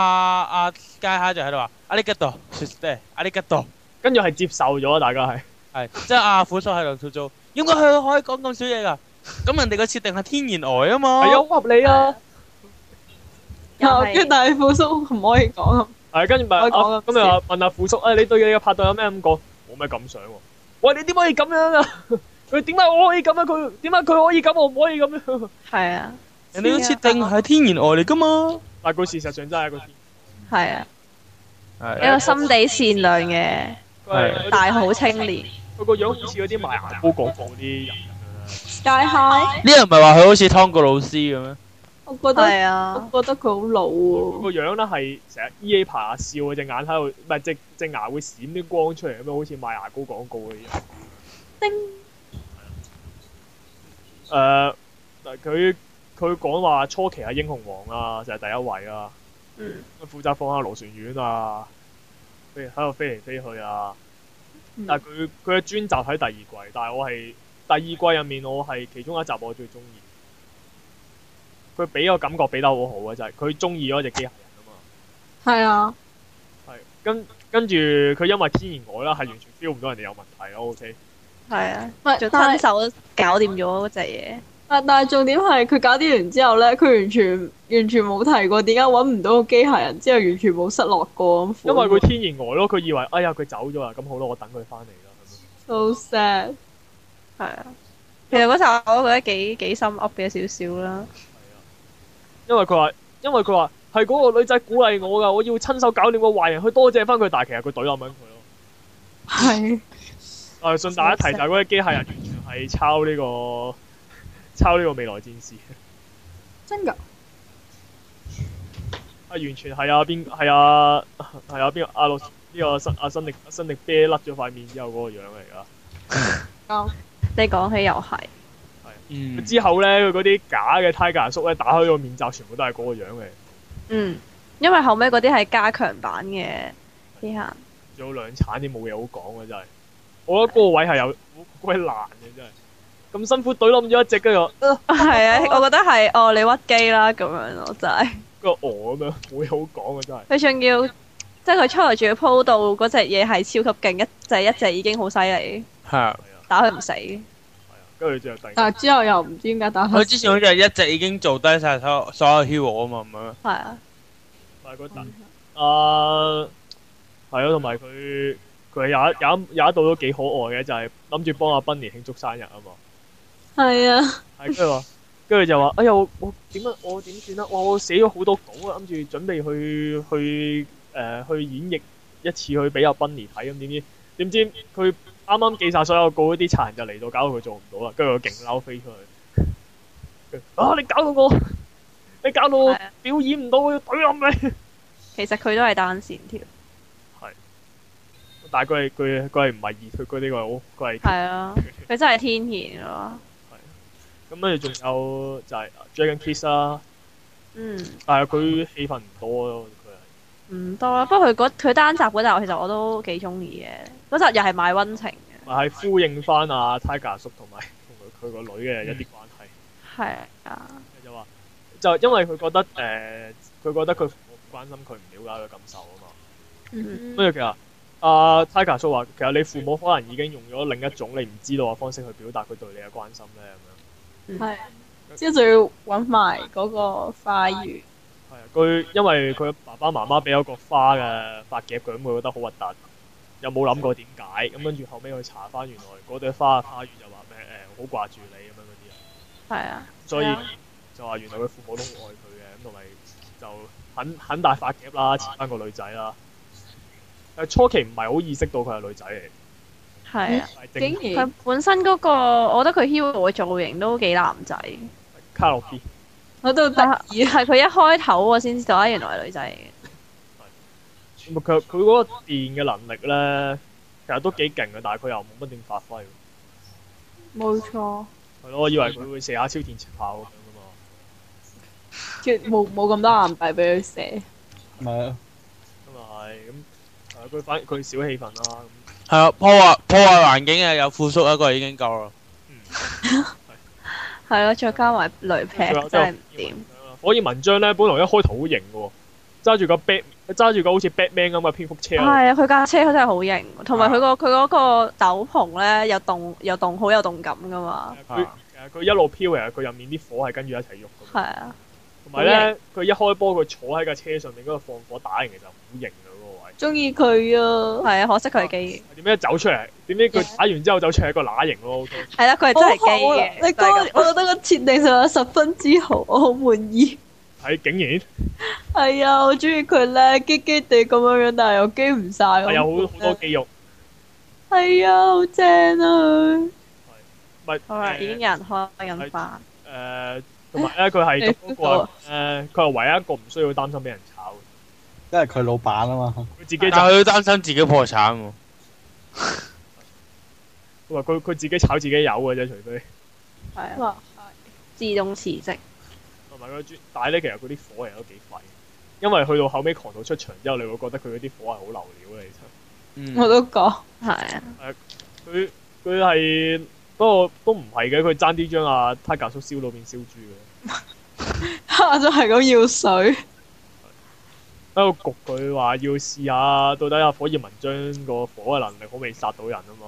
Speaker 3: 阿街蝦就喺度話阿呢吉度，So there 阿呢吉度。
Speaker 2: 跟住係接受咗，大家係。
Speaker 3: 係，即係阿虎叔喺度做做，點解佢可以講咁少嘢㗎？咁人哋個設定係天然呆啊嘛，
Speaker 2: 係啊，好合理啊！
Speaker 5: 又
Speaker 6: [LAUGHS] 跟住
Speaker 5: 係
Speaker 6: 但係富叔唔可以講咁啊
Speaker 2: 係跟住咪
Speaker 6: 我講
Speaker 2: 啊
Speaker 6: 啦
Speaker 2: 咁又問阿虎叔啊，你對你嘅拍檔有咩感覺？冇咩感想喎。喂，你點可以咁樣啊？ [LAUGHS] 佢點解我可以咁樣？啊佢點解佢可以咁，我唔可以咁樣？ [LAUGHS]
Speaker 5: 係啊
Speaker 3: 人哋個設定係天然呆嚟㗎嘛，
Speaker 2: 但係佢事實上真係一個天
Speaker 5: 係啊，一
Speaker 3: 係啊
Speaker 5: 個心地善良嘅
Speaker 2: 佢
Speaker 3: 係
Speaker 2: 係
Speaker 5: 大好青年。
Speaker 2: 佢個樣好似嗰啲賣牙膏廣告嗰啲人咁
Speaker 6: Sky High，
Speaker 3: 呢人唔係話佢好似湯告老師咁咩？
Speaker 6: 我覺得
Speaker 5: 係啊，嗯
Speaker 6: 我覺得佢好老
Speaker 2: 樣。
Speaker 6: 喎，
Speaker 2: 個樣咧係成日 E A 爬下笑啊，隻眼喺度，唔係隻隻牙會閃啲光出嚟咁樣，好似賣牙膏廣告嗰啲人。誒、但係佢佢講話初期係英雄王啊，就係、第一位啊。
Speaker 5: 嗯，
Speaker 2: 負責放下螺旋丸啊，飛喺度飛嚟飛去啊。
Speaker 6: 嗯
Speaker 2: 但係佢佢嘅專集喺第二季，但係我係第二季入面，我係其中一集我最中意。佢俾個感覺俾得好好啊，就係佢中意嗰只機械人啊嘛。
Speaker 6: 係啊，
Speaker 2: 係跟跟住佢因為天然呆啦，係完全 feel 唔到人哋有問題咯。O 啊 K，
Speaker 5: 係啊，
Speaker 6: 唔係
Speaker 5: 仲
Speaker 6: 但
Speaker 5: 親
Speaker 6: 係
Speaker 5: 手搞掂咗嗰隻嘢。
Speaker 6: 但但係重點係佢搞啲完之後咧，佢完全完全冇提過點解揾唔到個機械人，之後完全冇失落過咁款。
Speaker 2: 因為佢天然呆咯，佢以為哎呀佢走咗啦，咁好啦，我等佢翻嚟啦。咁樣
Speaker 6: so
Speaker 5: [LAUGHS]
Speaker 6: sad，
Speaker 5: 係啊，其實嗰集我都覺得幾幾心噏嘅少少啦。
Speaker 2: 因為佢話，因為佢話係嗰個女仔鼓勵我㗎，我要親手搞掂個壞人，去多謝翻佢。但係其實佢懟冧緊佢咯。
Speaker 6: 係
Speaker 2: 誒，順帶一提就係嗰啲機械人完全係抄呢、個 [LAUGHS] 抄呢個未來戰士，
Speaker 6: 真㗎，
Speaker 2: 啊完全係啊邊係啊係啊邊個阿洛呢個新阿新力新力啤甩咗塊面之後嗰個樣嚟噶。
Speaker 5: 你講起又係，
Speaker 3: 嗯，
Speaker 2: 之後咧佢嗰啲假嘅 Tiger 叔咧打開個面罩，全部都係嗰個樣嚟，
Speaker 5: 嗯，因為後尾嗰啲係加強版嘅機 [LAUGHS] 械，
Speaker 2: 仲有兩產啲冇嘢好講嘅真係。我覺得嗰個位係有好鬼難嘅真係，咁辛苦懟冧咗一隻跟住我呃
Speaker 5: 係啊，我覺得係哦，你屈機啦咁樣咯，就係
Speaker 2: 個鵝咁樣冇嘢好講嘅啊真係。
Speaker 5: 佢仲要即係佢出嚟仲要鋪到嗰只嘢係超級勁，一隻一隻已經好犀利，
Speaker 3: 係啊
Speaker 5: 打佢唔死。
Speaker 2: 係啊，跟住之後突然間
Speaker 6: 但係之後又唔知點解打
Speaker 3: 佢之前好似係一直已經做低晒所有所有 hero 啊嘛，
Speaker 5: 係啊，
Speaker 2: 但係嗰陣啊，係咯，同埋佢佢有一有一有一度都幾可愛嘅，就係諗住幫阿 Bunny 慶祝生日啊嘛。
Speaker 6: 係啊，
Speaker 2: 係跟住話，跟住就話：哎呀，我我點啊？我點算啊？我我寫咗好多稿啊，諗住準備去去誒、呃去演繹一次去俾阿 Bunny 睇咁，點知點知佢啱啱記晒所有稿，啲殘就嚟到，搞到佢做唔到啦，跟住佢勁嬲飛出去。跟住啊！你搞到我，你搞到
Speaker 5: 係
Speaker 2: 我
Speaker 5: 啊
Speaker 2: 表演唔到，我要懟冧你！
Speaker 5: 其實佢都係單線條，
Speaker 2: 但係佢係佢係佢係唔係熱血嗰啲，佢係好佢係
Speaker 5: 係啊，佢真係天然咯。
Speaker 2: 咁跟住仲有就係 Dragon Kiss 啦，
Speaker 5: 嗯，
Speaker 2: 但係佢戲份唔多咯，佢係
Speaker 5: 唔多啦。不過佢嗰佢單集嗰集其實我都幾中意嘅，嗰集又係賣温情嘅。
Speaker 2: 咪係呼應翻阿 Tiger 叔同埋同佢佢個女嘅一啲關係，
Speaker 5: 係啊，
Speaker 2: 就話就因為佢覺得誒呃佢覺得佢父母唔關心佢，唔了解佢感受啊嘛。
Speaker 6: 嗯
Speaker 2: 跟住其實阿 Tiger 叔話，其實你父母可能已經用咗另一種你唔知道嘅方式去表達佢對你嘅關心咧，咁
Speaker 6: 係，之後就要揾埋嗰個花園。
Speaker 2: 樣。係啊，佢因為佢爸爸媽媽俾咗個花嘅發夾佢，咁佢覺得好核突，又冇諗過點解。咁跟住後尾佢查翻，原來嗰朵花嘅花園又話咩誒，好掛住你咁樣嗰啲啊。
Speaker 6: 係啊，
Speaker 2: 所以
Speaker 6: 係啊
Speaker 2: 就話原來佢父母都好愛佢嘅，咁同埋就肯肯大發夾啦，似翻個女仔啦。但係初期唔係好意識到佢係女仔嚟，
Speaker 5: 係啊，
Speaker 2: 但係正
Speaker 6: 竟然
Speaker 5: 佢本身嗰個，我覺得佢 hero 嘅造型都幾男仔。
Speaker 2: 卡洛 B。
Speaker 6: 我都得
Speaker 5: 但
Speaker 6: 意啊
Speaker 5: 係，係佢一開頭我先知道啊，原來係女仔嚟
Speaker 2: 咁啊佢佢嗰個電嘅能力咧，其實都幾勁嘅，但係佢又冇乜點發揮喎。
Speaker 6: 冇錯，
Speaker 2: 係咯，我以為佢會射下超電磁炮咁樣噶嘛。
Speaker 6: 絕冇冇咁多硬幣俾佢射。
Speaker 2: 咁啊係，咁誒佢反佢少氣氛啦。
Speaker 3: 系啊，破坏破坏环境嘅有富叔一個已經夠啦。
Speaker 5: 嘅，係咯，再加埋雷劈
Speaker 2: 咁啊
Speaker 6: 啊
Speaker 5: 真係唔掂。。
Speaker 2: 火焰文章咧，本來一開頭好型嘅喎，揸住個 bat，揸住個好似 Batman 咁嘅蝙蝠車
Speaker 5: 係
Speaker 2: 啊。
Speaker 5: 啊，佢架車真係好型，同埋
Speaker 6: 啊
Speaker 5: 佢個佢嗰個斗篷咧，又動又動好有動感噶嘛。
Speaker 2: 啊佢誒佢一路飄嘅，佢入面啲火係跟住一齊喐㗎
Speaker 5: 係
Speaker 2: 嘛。
Speaker 5: 啊，
Speaker 2: 同埋咧，佢一開波佢坐喺架車上面嗰度放火打人，其實好型嘅嗰個位。
Speaker 6: 中意佢啊！
Speaker 5: 係啊，可惜佢係機，
Speaker 2: 點解走出嚟？點解佢打完之後走出嚟個乸型咯？
Speaker 5: 係啦，佢係
Speaker 6: 好
Speaker 5: 真係機
Speaker 6: 好啊！
Speaker 5: 嘅。
Speaker 6: 你嗰
Speaker 5: 真係咁
Speaker 6: 個我覺得個設定上十分之好，我好滿意。 [LAUGHS]
Speaker 2: 係竟然
Speaker 6: 係啊，我中意佢咧，肌肌地咁樣樣，但係又肌唔晒。
Speaker 2: 係有哎好好多肌肉，
Speaker 6: 係啊，好正啊！
Speaker 2: 唔係
Speaker 5: 好啦，已經有人開緊飯。
Speaker 2: 誒，同埋咧佢
Speaker 5: [LAUGHS]
Speaker 2: 係讀嗰個啊誒，佢係唯一一個唔需要擔心俾人炒嘅，
Speaker 9: 因為佢老闆啊嘛。 [LAUGHS]
Speaker 2: 佢自己
Speaker 3: 但
Speaker 2: 就
Speaker 3: 佢都擔心自己破產喎。
Speaker 2: 佢話佢佢自己炒自己有嘅啫，除非
Speaker 5: 係啊，
Speaker 6: 哇，
Speaker 5: 自動辭職。
Speaker 2: 同埋佢專，但係咧其實嗰啲火其實都幾廢，因為去到後尾狂徒出場之後，你會覺得佢嗰啲火係好流料嘅，其實。
Speaker 6: 我
Speaker 3: 嗯，
Speaker 6: 都講 [LAUGHS]
Speaker 5: 係啊，
Speaker 2: 佢佢係不過都唔係嘅，佢爭啲將阿 Tiger 叔燒到變燒豬嘅，
Speaker 6: 我都係咁要水。
Speaker 2: 喺度焗佢話要試下到底阿火焰文章個火嘅能力可唔可以殺到人啊嘛。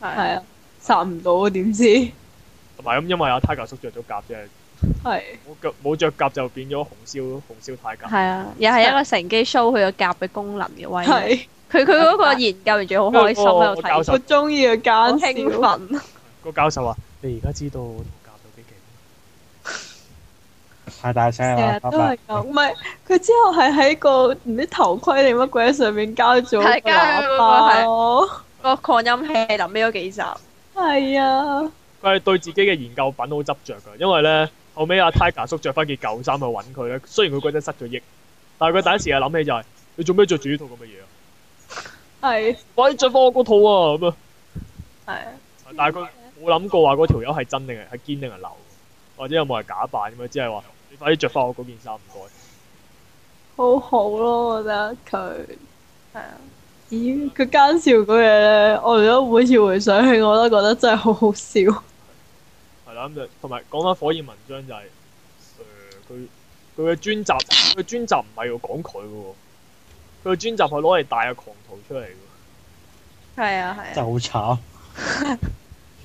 Speaker 6: 係啊，殺唔到啊點知？係
Speaker 2: 同埋咁因為阿 Tiger 叔着咗甲啫，冇腳冇著甲就變咗紅燒紅燒太甲。
Speaker 5: 係啊，又係一個乘機 show 佢個甲嘅功能嘅威力。
Speaker 6: 係，
Speaker 5: 佢佢嗰個研究完仲好開心喺度睇，
Speaker 2: 教
Speaker 5: 好
Speaker 2: 授
Speaker 6: 我中意佢奸
Speaker 5: 興
Speaker 6: 笑。
Speaker 5: 奮。 [LAUGHS]
Speaker 2: 個教授話：你而家知道同甲有幾勁？
Speaker 9: 太大聲
Speaker 6: 成
Speaker 9: 啦，
Speaker 6: 日
Speaker 9: 拜
Speaker 6: 都
Speaker 9: 拜
Speaker 6: 係。咁，唔係佢之後係喺個唔知頭盔定乜鬼上面加咗
Speaker 5: 係
Speaker 6: 個
Speaker 5: 加咗嗰
Speaker 6: 喇
Speaker 5: 個
Speaker 6: 叭咯。
Speaker 5: 個擴音器諗咗幾集，
Speaker 6: 係啊，
Speaker 2: 佢係對自己嘅研究品好執着㗎，因為咧後尾阿 Tiger 叔着翻件舊衫去揾佢咧，雖然佢嗰陣失咗憶，但係佢第一時間諗起就係、你做咩着住呢套咁嘅嘢啊？
Speaker 6: 係
Speaker 2: 快啲着翻我嗰套啊！咁啊，
Speaker 6: 係啊
Speaker 2: 但係佢冇諗過話嗰條友係真定係係堅定係流，或者有冇係假扮咁樣，只係話你快啲着翻我嗰件衫唔該。
Speaker 6: 好好咯，我覺得佢。
Speaker 5: 係啊，
Speaker 6: 咦，佢奸笑嗰嘢咧，我而家每次回想起，我都覺得真係好好笑。
Speaker 2: 係啦，咁就同埋講翻火焰文章就係、誒佢佢嘅專集，佢專集唔係要講佢嘅喎，佢嘅專集係攞嚟帶阿狂徒出嚟嘅喎。
Speaker 5: 係啊，係啊。
Speaker 9: 真係好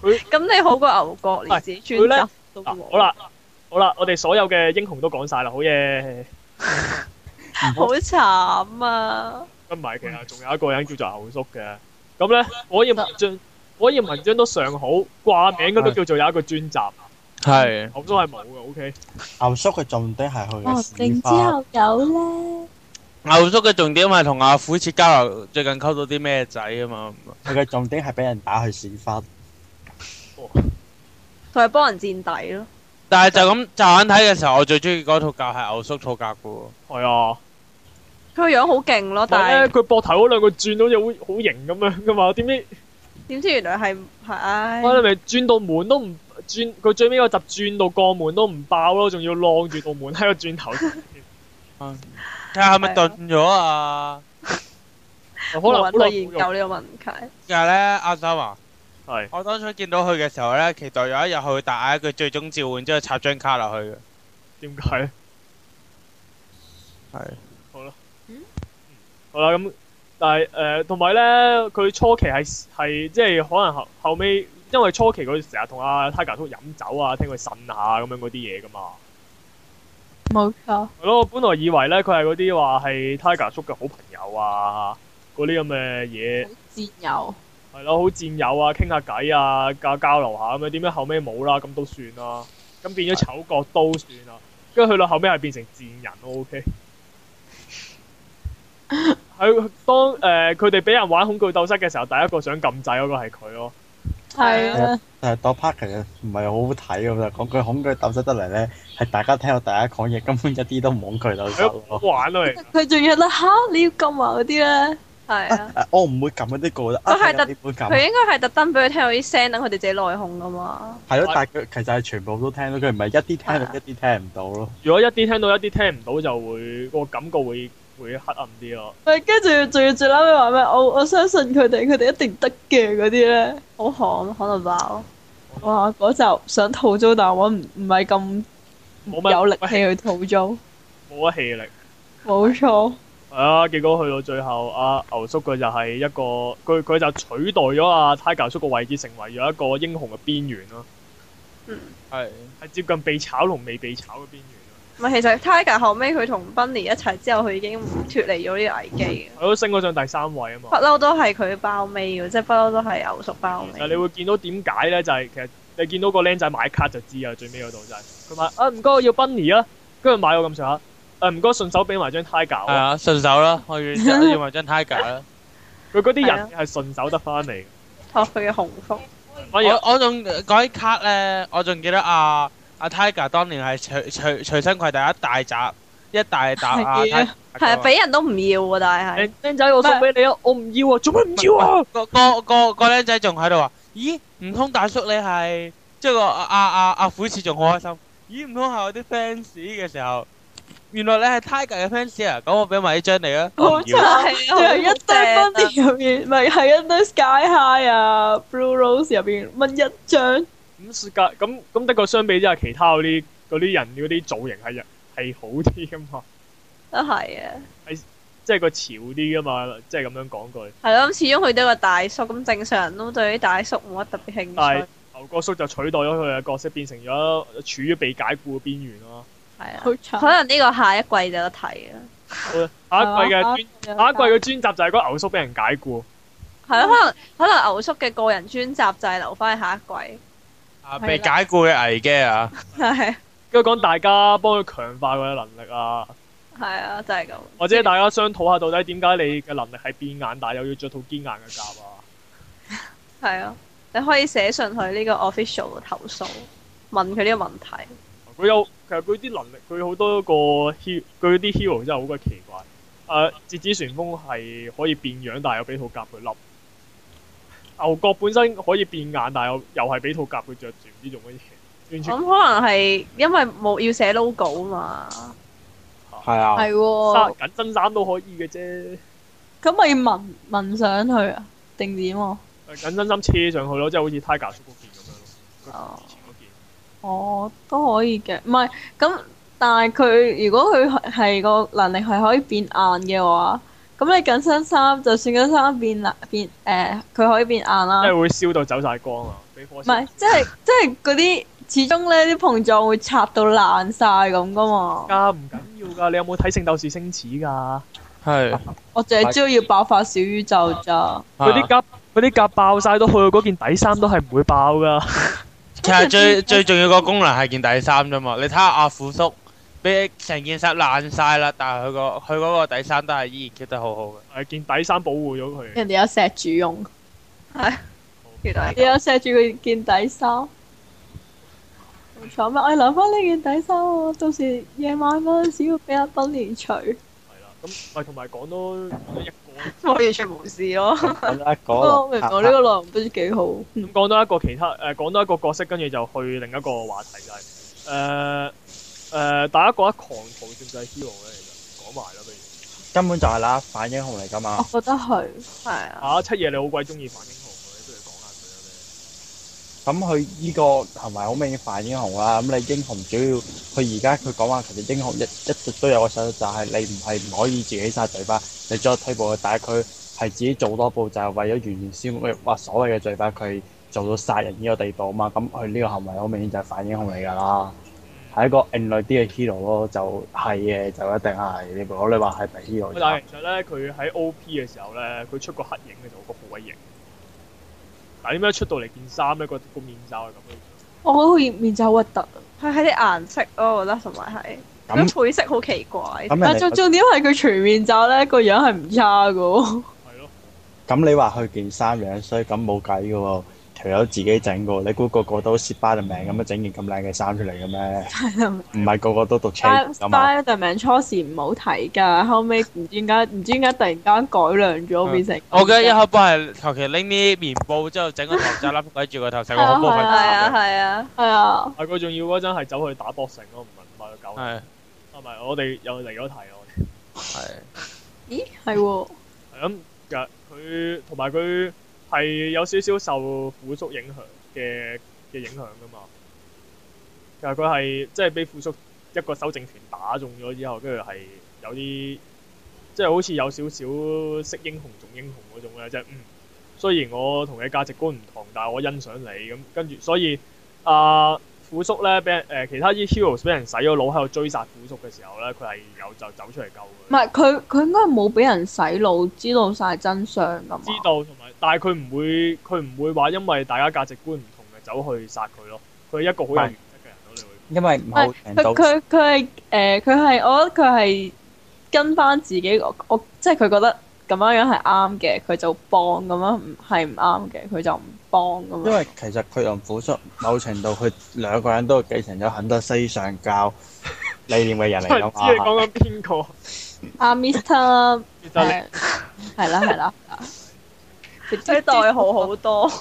Speaker 9: 慘。
Speaker 5: 咁你好過牛角，連自己
Speaker 2: 佢
Speaker 5: 專
Speaker 2: 呢
Speaker 5: 集都
Speaker 2: 嗱、
Speaker 5: 冇。
Speaker 2: 啊好，啦，好啦，我哋所有嘅英雄都講晒啦，好嘢。
Speaker 5: 好慘啊！
Speaker 2: 咁唔係，其實仲有一個人叫做牛叔嘅。咁咧，火焰文章，火焰文章都尚好，掛名嗰都叫做有一個專集，牛
Speaker 3: 係
Speaker 2: 叔係冇嘅。OK，
Speaker 9: 牛叔佢重點係佢嘅屎
Speaker 6: 定
Speaker 9: 花，
Speaker 6: 有咧，
Speaker 3: 牛叔嘅重點係同阿虎切交流最近溝到啲咩仔啊嘛。
Speaker 9: 佢嘅重點係俾人打佢屎花。
Speaker 5: 佢係幫人墊底咯。
Speaker 3: 但係就咁就眼睇嘅時候，我最中意嗰套教係牛叔套教噶喎。
Speaker 2: 係啊，
Speaker 5: 佢個樣好勁咯，
Speaker 2: 但係
Speaker 5: 但係
Speaker 2: 咧，佢膊頭嗰兩個轉好似好好型咁樣噶嘛，點知？
Speaker 5: 點知原來係係唉
Speaker 2: 我哋咪轉到門都唔轉，佢最尾嗰集轉到個門都唔爆咯，仲要晾住道門喺個
Speaker 5: [LAUGHS]
Speaker 2: 轉頭。可
Speaker 3: 睇下係咪頓咗啊？
Speaker 2: 能好
Speaker 5: 冇
Speaker 2: 耐
Speaker 5: 人
Speaker 2: 冇
Speaker 5: 去研
Speaker 2: 用
Speaker 5: 究呢個問題。
Speaker 3: 點解咧，阿三啊？
Speaker 2: 係
Speaker 3: 我當初見到佢嘅時候咧，期待有一日佢會打一句最終召喚，之後插張卡落去嘅。
Speaker 2: 點解？
Speaker 5: 嗯
Speaker 2: 好啦，咁但係誒，呃同埋咧，佢初期係係即係可能後後尾，因為初期佢成日同阿 Tiger 叔飲酒啊，聽佢呻下咁樣嗰啲嘢噶嘛。
Speaker 6: 冇錯，
Speaker 2: 係咯，我本來以為咧佢係嗰啲話係 Tiger 叔嘅好朋友啊，嗰啲咁嘅嘢
Speaker 6: 自由。
Speaker 2: 係咯，好戰友啊，傾下偈啊，交交流下咁樣，點解後尾冇啦？咁都算啦，咁變咗丑角都算啦，跟住去到後尾係變成賤人咯，OK。喺當誒佢哋俾人玩恐懼鬥室嘅時候，第一個想撳掣嗰個係佢咯。
Speaker 6: 係啊，
Speaker 9: 但係當 part 其實唔係好好睇咁就講句恐懼鬥室得嚟咧，係大家聽到大家講嘢根本一啲都唔恐懼鬥室
Speaker 2: 係咯，好
Speaker 9: 咯。
Speaker 2: 玩啊咯， [LAUGHS] 其實
Speaker 6: 佢仲要啦吓，你要撳啊嗰啲咧，
Speaker 5: 係啊，
Speaker 9: 啊我唔會撳嗰啲個，
Speaker 5: 佢
Speaker 9: 啊
Speaker 5: 係
Speaker 9: 係
Speaker 5: 特
Speaker 9: 啊你會
Speaker 5: 佢
Speaker 9: 撳，
Speaker 5: 應該係特登俾佢聽到啲聲，等佢哋自己內控噶嘛。
Speaker 9: 係咯，但係佢其實係全部都聽到，佢唔係一啲聽到一啲聽唔到
Speaker 6: [LAUGHS]
Speaker 9: 咯。
Speaker 2: 如果一啲聽到一啲聽唔到，就會個感覺會會黑暗啲咯。
Speaker 6: 咪跟住仲要最嬲尾話咩？我我相信佢哋，佢哋一定得嘅嗰啲咧。
Speaker 5: 好寒，可能爆。
Speaker 6: 哇！嗰集想吐槽，但我唔唔係咁
Speaker 2: 冇乜
Speaker 6: 有力氣去吐槽，
Speaker 2: 冇乜氣力。
Speaker 6: 冇錯。
Speaker 2: 係啊，結果去到最後，阿、牛叔佢就係一個，佢佢就取代咗阿、Tiger 叔個位置，成為咗一個英雄嘅邊緣咯，
Speaker 3: 係
Speaker 2: 係接近被炒同未被炒嘅邊緣
Speaker 5: 唔係，其實 Tiger 後尾佢同 Bunny 一齊之後，佢已經脱離咗呢個危機嘅。
Speaker 2: 咯。係咯，升咗上第三位啊嘛
Speaker 5: 不。嬲都係佢包尾嘅，即係不嬲都係牛叔包
Speaker 2: 其實你
Speaker 5: 尾。
Speaker 2: 會見到點解咧？就係、其實你見到個僆仔買卡就知啊，最尾嗰度就係佢買啊，唔該我要 Bunny 啊，跟住買到咁上下，誒唔該順手俾埋張 Tiger
Speaker 3: 係
Speaker 2: 啊，
Speaker 3: 啊，順手啦，我要要埋張 Tiger 啦。
Speaker 2: 佢嗰啲人
Speaker 5: 係
Speaker 2: 係啊順手得翻嚟嘅，
Speaker 5: 托佢嘅紅福，
Speaker 2: 反而
Speaker 3: 我我仲講起卡咧，我仲記得阿阿 Tiger 當年係隨隨隨身攜帶一大扎一大沓啊
Speaker 6: 係啊
Speaker 3: Tiger
Speaker 5: 係啊，俾人都唔要喎，但係
Speaker 2: 僆僆仔我送俾你啊，我唔要啊，做乜唔要啊？
Speaker 3: 個個個個僆仔仲喺度話：咦，唔通大叔你係即係個啊阿阿阿阿虎士仲好開心？咦，唔通係我啲 fans 嘅時候？原來你係 Tiger 嘅 fans 啊！咁我俾埋呢張你啊！我唔
Speaker 2: 哦
Speaker 6: 冇
Speaker 3: 要
Speaker 6: 錯
Speaker 3: 啊
Speaker 5: 係
Speaker 6: 係一堆
Speaker 5: 好正啊
Speaker 6: Bunny 入面，咪係一堆 Sky High 啊、Blue Rose 入面掹一張，
Speaker 2: 咁格咁咁的確相比之下，其他嗰啲嗰啲人嗰啲造型係係好啲噶嘛， [LAUGHS]
Speaker 5: 都啊係嘅。
Speaker 2: 即係個潮啲噶嘛，即係咁樣講句。
Speaker 5: 係咯，咁始終佢都係個大叔，咁正常人都對啲大叔冇乜特別興
Speaker 2: 但係
Speaker 5: 趣。
Speaker 2: 牛哥叔就取代咗佢嘅角色，變成咗處於被解雇嘅邊緣咯。
Speaker 5: 係啊
Speaker 6: 好，
Speaker 5: 可
Speaker 6: 慘。
Speaker 5: 能呢個下一季就有得睇啊啦。
Speaker 2: 好啦下一季嘅專
Speaker 6: 啊
Speaker 2: 下一季嘅專集就係嗰牛叔俾人解雇，
Speaker 5: 係咯，可能可能牛叔嘅個人專集就係留翻喺下一季。
Speaker 3: 啊！被解雇嘅危機啊！
Speaker 5: 係
Speaker 2: 跟住講大家幫佢強化佢嘅能力啊，
Speaker 5: 係啊，就係咁。
Speaker 2: 或者大家商討下到底點解你嘅能力係變硬，但係又要着套堅硬嘅甲啊？
Speaker 5: 係啊，你可以寫信去呢個 official 度投訴，問佢呢個問題。
Speaker 2: 佢有其實佢啲能力，佢好多個 hero，佢啲 hero 真係好鬼奇怪。誒、折子旋風係可以變樣，但係又俾套甲佢笠。牛角本身可以變硬，但係又又係俾套甲佢着住，唔知做乜嘢，完
Speaker 5: 咁
Speaker 2: 全
Speaker 5: 可能係因為冇要寫 logo 啊嘛。
Speaker 4: 係啊，
Speaker 6: 係
Speaker 2: 衫
Speaker 6: 喎，
Speaker 2: 緊身衫都可以嘅啫。
Speaker 6: 咁咪要紋紋上去啊？定點喎？
Speaker 2: 誒啊緊身衫車上去咯，即係好似 Tiger 叔嗰件咁樣咯。
Speaker 5: 哦
Speaker 2: 佢之前嗰件
Speaker 6: 哦，都可以嘅，唔係咁，但係佢如果佢係個能力係可以變硬嘅話，咁你緊身衫就算緊身衫變硬變誒，呃佢、可以變硬啦
Speaker 2: 即，係會燒到走晒光啊！俾火
Speaker 6: 唔
Speaker 2: 燒
Speaker 6: 係即係即係嗰啲始終咧啲碰撞會拆到爛晒咁噶嘛，
Speaker 2: 㗎唔緊要㗎，你有冇睇《聖鬥士星矢》㗎？
Speaker 3: 係
Speaker 6: 我淨係知道要爆發小宇宙咋，
Speaker 2: 嗰
Speaker 3: 啊
Speaker 2: 啲甲嗰啲甲爆晒都去，嗰件底衫都係唔會爆㗎。
Speaker 3: 其實最最重要個功能係件底衫啫嘛，你睇下阿虎叔俾成件衫爛晒啦，但係佢個佢嗰個底衫都係依然 keep 得好好嘅。
Speaker 2: 誒件底衫保護咗佢。
Speaker 6: 人哋有石主用，
Speaker 5: 原來
Speaker 6: 你有石住佢件底衫，冇錯咩？我要留翻呢件底衫喎，到時夜晚嗰陣時要俾阿斌連除。
Speaker 2: 係啦，咁喂，同埋講多講多一個，
Speaker 5: 我完全無視咯。
Speaker 9: 講啊得
Speaker 6: 不過我哦明我呢個內容都幾好。
Speaker 2: 咁講多一個其他誒，講多一個角色，跟住就去另一個話題就係誒誒，大家覺得狂徒算唔算係 hero 咧？其實講埋啦，不如
Speaker 9: 啊根本就係啦，反英雄嚟㗎嘛。
Speaker 6: 我覺得係，
Speaker 5: 係啊，
Speaker 2: 啊七爺你好鬼中意反英雄喎，你不如講下佢啦
Speaker 4: 咁佢呢個行為好明顯反英雄啦。咁你英雄主要佢而家佢講話其實英雄一一直都有個手術，就係、你唔係唔可以自己殺罪犯，你再推步佢，但係佢係自己做多步，就係、為咗完全消滅話所謂嘅罪犯，佢做到殺人呢個地步啊嘛。咁佢呢個行為好明顯就係反英雄嚟㗎啦。係一個另類啲嘅 hero 咯，就係嘅，就一定係你如果你話係啊咪 hero？
Speaker 2: 喂但係其實咧，佢喺 O.P. 嘅時候咧，佢出個黑影嘅時候，個好鬼型。但係點解出到嚟件衫咧，個個面罩係咁樣？
Speaker 6: 我嗰個面罩好核突啊，
Speaker 5: 佢喺啲顏色咯，我覺得同埋係
Speaker 4: 咁
Speaker 5: 佢配色好奇怪。
Speaker 4: 咁
Speaker 6: 但
Speaker 4: 人
Speaker 6: 係重
Speaker 4: 哋
Speaker 6: 重點係佢全面罩咧個樣係唔差嘅
Speaker 3: [LAUGHS]
Speaker 6: 喎，
Speaker 2: 係咯，
Speaker 4: 咁你話佢件衫樣衰，咁冇計嘅喎，條友自己整嘅喎，你估個個都 s p i d e r m 咁樣整件咁靚嘅衫出嚟
Speaker 2: [LAUGHS]
Speaker 4: 嘅咩？唔係個個都讀 c h a
Speaker 6: Spy-
Speaker 4: i 噶嘛？
Speaker 6: Spiderman 初時唔好睇㗎，後尾唔知點解唔知點解突然間改良咗變成。
Speaker 3: 嗯我記得一開波係求其拎啲棉布之後整個頭罩笠鬼住個頭，成個恐怖分
Speaker 5: 係
Speaker 3: 子咁
Speaker 5: 啊
Speaker 3: 樣。
Speaker 5: 係啊，
Speaker 6: 係啊，
Speaker 2: 係佢仲要嗰陣係走去打博城咯，唔係唔係去搞。啊
Speaker 5: 啊
Speaker 3: 係
Speaker 2: 係咪？我哋又嚟咗題啦我哋
Speaker 3: 係
Speaker 6: 咦係喎，
Speaker 2: 係咁，其實佢同埋佢係有少少受虎叔影響嘅嘅影響噶嘛。其實佢係即係俾虎叔一個修正拳打中咗之後，跟住係有啲即係好似有少少識英雄重英雄嗰種咧，即係嗯，雖然我同你價值觀唔同，但係我欣賞你咁，跟住所以啊。虎叔咧，俾人誒、呃其他啲 heroes 俾人洗咗腦喺度追殺虎叔嘅時候咧，佢係有就走出嚟救佢。
Speaker 6: 唔係佢佢應該冇俾人洗腦，知道晒真相㗎嘛
Speaker 2: 知？道同埋，但係佢唔會佢唔會話因為大家價值觀唔同嘅走去殺佢咯。佢係一個好有原則嘅人咯，你會
Speaker 4: 因為某程
Speaker 6: 佢
Speaker 4: 度
Speaker 6: 佢佢係誒佢係我覺得佢係跟翻自己我我即係佢覺得咁樣樣係啱嘅，佢就幫咁樣唔係唔啱嘅，佢就唔幫咁
Speaker 4: 因
Speaker 6: 樣。
Speaker 4: 為其實佢同虎叔某程度佢兩個人都繼承咗很多西上教理念嘅人嚟
Speaker 2: 真係
Speaker 4: 㗎
Speaker 2: [LAUGHS] 唔知你
Speaker 4: 嘛。
Speaker 2: 講緊邊個？
Speaker 6: 阿 Mr
Speaker 4: [LAUGHS]
Speaker 2: 其實
Speaker 6: 啊誒係啊啦係啦，
Speaker 5: 佢代號好多，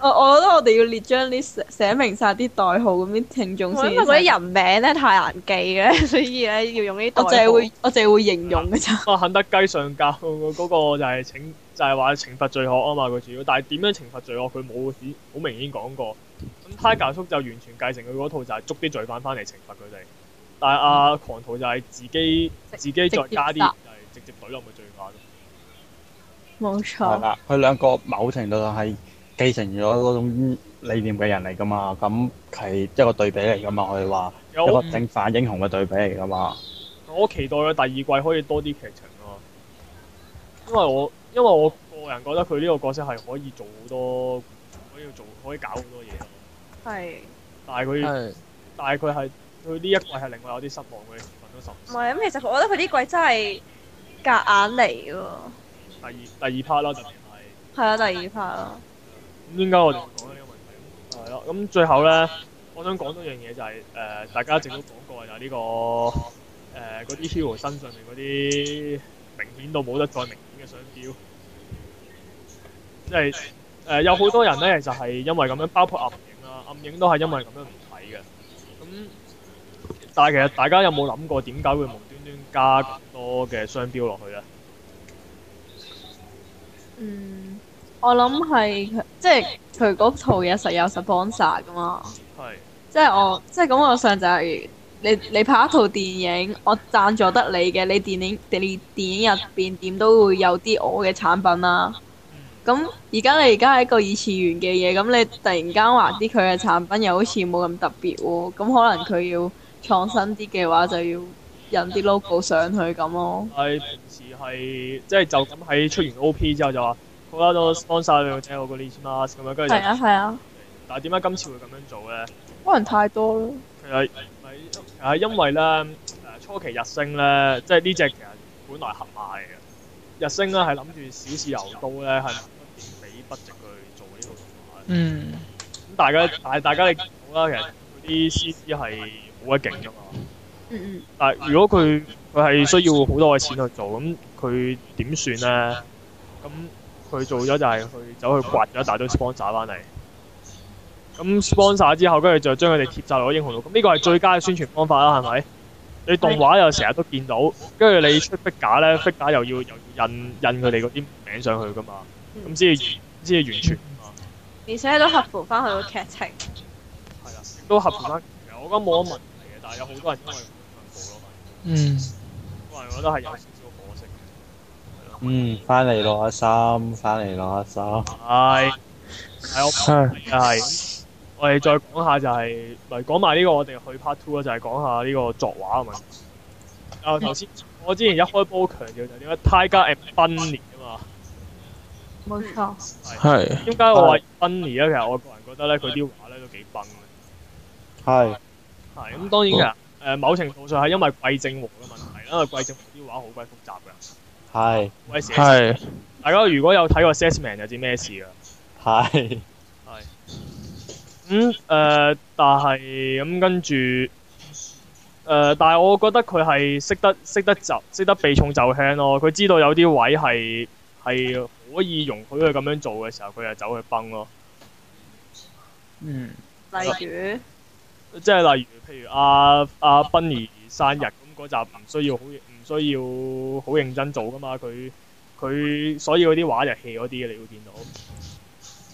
Speaker 6: 我我覺得我哋要列張 list 寫寫明晒啲代號咁啲聽眾
Speaker 5: 因
Speaker 6: 先。
Speaker 5: 為嗰啲人名咧太難記嘅， [LAUGHS] 所以咧要用呢代
Speaker 6: 我
Speaker 5: 號。
Speaker 6: 淨係會我淨係會形容嘅咋。
Speaker 2: 你啊肯德基上教嗰個就係懲就係話懲罰罪惡啊嘛，佢主要。但係點樣懲罰罪惡，佢冇指好明顯講過。咁 Tiger 叔就完全繼承佢嗰套，就係捉啲罪犯翻嚟懲罰佢哋。但係阿、狂徒就係自己自己再加啲，就係嗯直接懟冧佢罪犯咯。
Speaker 6: 冇
Speaker 4: 係
Speaker 6: 錯，
Speaker 4: 啦，佢兩個某程度上係繼承咗嗰種理念嘅人嚟㗎嘛。咁係一個對比嚟㗎嘛，我哋話
Speaker 2: 有
Speaker 4: 一個正反英雄嘅對比嚟㗎嘛。
Speaker 2: 我期待嘅第二季可以多啲劇情咯，因為我因為我個人覺得佢呢個角色係可以做好多，可以做可以搞好多嘢，
Speaker 5: 係
Speaker 2: 但係佢
Speaker 3: 係
Speaker 2: 但係佢係佢呢一季係令我有啲失望嘅成分都十
Speaker 5: 唔係咁？其實我覺得佢呢季真係夾硬嚟喎，
Speaker 2: 第二第二 part 啦，特別係。
Speaker 5: 係啊，第二 part 咯。
Speaker 2: 咁點解我哋會講呢個問題？係咯，咁最後咧，我想講多樣嘢就係、誒，大家一直都講過就係呢、個誒嗰啲 hero 身上面嗰啲明顯到冇得再明顯嘅商標，即係誒有好多人咧，其實係因為咁樣，包括暗影啦，暗影都係因為咁樣唔睇嘅。咁但係其實大家有冇諗過點解會無端端加咁多嘅商標落去咧？
Speaker 6: 嗯，我諗係即係佢嗰套嘢實有 sponsor 噶嘛，
Speaker 2: 係
Speaker 6: 即係我即係感覺上就係、你你拍一套電影，我贊助得你嘅，你電影你電影入邊點都會有啲我嘅產品啦。咁而家你而家係一個二次元嘅嘢，咁你突然間話啲佢嘅產品又好似冇咁特別喎，咁可能佢要創新啲嘅話，就要印啲 logo 上去咁咯。
Speaker 2: 係平時係即係就咁喺出完 O.P. 之後就話好啦，我 sponsor 你睇我嗰啲 mask 咁樣，跟住就
Speaker 6: 係啊係啊，
Speaker 2: 但係點解今次會咁樣做咧？
Speaker 6: 可能太多啦。
Speaker 2: 其實咪其實係因為咧誒初期日升咧，即係呢只其實本來合賣嘅，日升咧係諗住小試牛刀咧，係俾 budget 佢做呢套動畫。
Speaker 3: 嗯
Speaker 2: 咁大家但係大家你見到啦，其實嗰啲 C.C. 係好鬼勁噶嘛。
Speaker 6: 嗯嗯。
Speaker 2: 但係如果佢佢係需要好多嘅錢去做，咁佢點算咧？咁佢做咗就係去走去刮咗一大堆 sponsor 翻嚟。咁 sponsor 之後，跟住就將佢哋貼晒落個英雄度。咁呢個係最佳嘅宣傳方法啦，係咪？你動畫又成日都見到，跟住你出 figure 咧，figure 又要又要印印佢哋嗰啲名上去噶嘛，咁先至先至完全㗎嘛。
Speaker 5: 而且都合乎翻佢個劇情。
Speaker 2: 都合乎翻。其實我覺得冇乜問題嘅，但係有好多人因為冇進步
Speaker 3: 嗯
Speaker 2: 咯，個人覺得係有少少可惜。係咯
Speaker 9: 嗯，翻嚟咯，阿三，翻嚟咯，阿三。
Speaker 2: 係係我係我哋再講下就係嚟講埋呢個我哋去 part two 啦，就係講下呢個作畫嘅問題。啊，頭先我之前一開波強調就係點解 Tiger and Bunny 啊嘛。
Speaker 6: 冇錯。
Speaker 3: 係
Speaker 2: 點解我話 Bunny 咧？其實我個人覺得咧，佢啲畫咧都幾崩嘅。
Speaker 9: 係
Speaker 2: 係咁，當然啊其實誒、某程度上係因為季正和嘅問題啦，因為季正和啲畫好鬼複雜嘅。
Speaker 9: 係
Speaker 2: 喂，寫
Speaker 3: 係
Speaker 2: 大家如果有睇過 Sesman 就知咩事㗎。
Speaker 9: 係 [LAUGHS]
Speaker 2: 係。咁誒、嗯呃但係咁跟住誒、但係我覺得佢係識得識得就識得避重就輕咯。佢知道有啲位係係可以容許佢咁樣做嘅時候，佢就走去崩咯。
Speaker 3: 嗯
Speaker 5: 例如，
Speaker 2: 即係例如，譬如阿阿 Bunny 生日咁嗰集唔需要好唔需要好認真做噶嘛，佢佢所以嗰啲畫就 hea 嗰啲嘅，你會見到。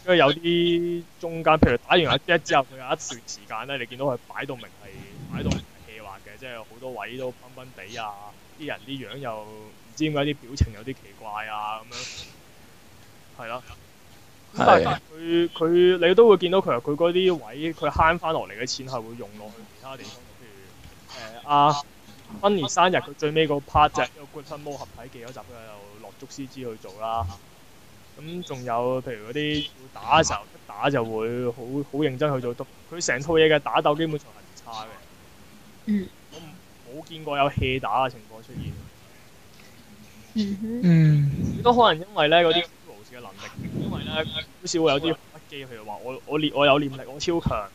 Speaker 2: 跟住有啲中間，譬如打完阿 Jack 之後，佢有一段時間咧，你見到佢擺到明係擺到明係 hea 畫嘅，即係好多位都崩崩地啊，啲人啲樣又唔知點解啲表情有啲奇怪啊咁樣，係啦。咁但係佢佢你都會見到佢話佢嗰啲位，佢慳翻落嚟嘅錢係會用落去其他地方，譬如誒呃阿芬尼生日佢最尾個 part 就係呢個 Griffin 魔合體技嗰集，佢又落足師資去做啦。咁仲有譬如嗰啲要打嘅時候，一打就會好好認真去做督。佢成套嘢嘅打鬥基本上係唔差嘅。
Speaker 6: 嗯。
Speaker 2: 我唔冇見過有 hea 打嘅情況出現。
Speaker 6: 嗯哼。
Speaker 3: 嗯
Speaker 2: 亦都可能因為咧嗰啲 heroes 嘅能力，因為咧好少會有啲不機，譬如話我我練我有念力，我超強，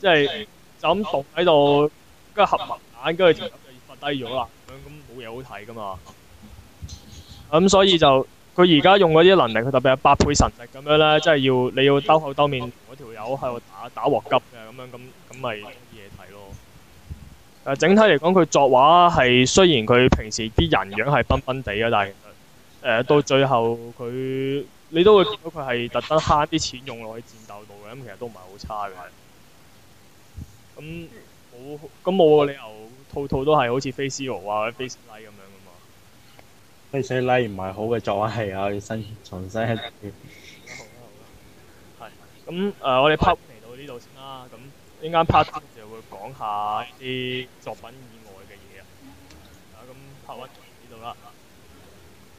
Speaker 2: 即係就咁動喺度，跟住合埋眼，跟住條友就瞓低咗啦，咁樣咁冇嘢好睇噶嘛。咁所以就佢而家用嗰啲能力，佢特別係百倍神力咁樣咧，即係啊要你要兜口兜面同嗰條友喺度打打鑊急嘅咁樣，咁咁咪多啲嘢睇咯。誒、整體嚟講，佢作畫係雖然佢平時啲人樣係崩崩地啊嘅，但係其實誒、到最後佢你都會見到佢係特登慳啲錢用落去戰鬥度嘅，咁其實都唔係好差嘅。咁冇咁冇理由套套都係好似 Face Zero 啊、Face Light 咁樣噶嘛。
Speaker 9: 非水拉唔係好嘅作品係啊，要新重新一次
Speaker 2: 係咁誒、我哋 part 嚟到呢度先啦。咁應間 part two 就會講嗯下一啲作品以外嘅嘢啊。啊，咁 part one 就嚟呢度啦。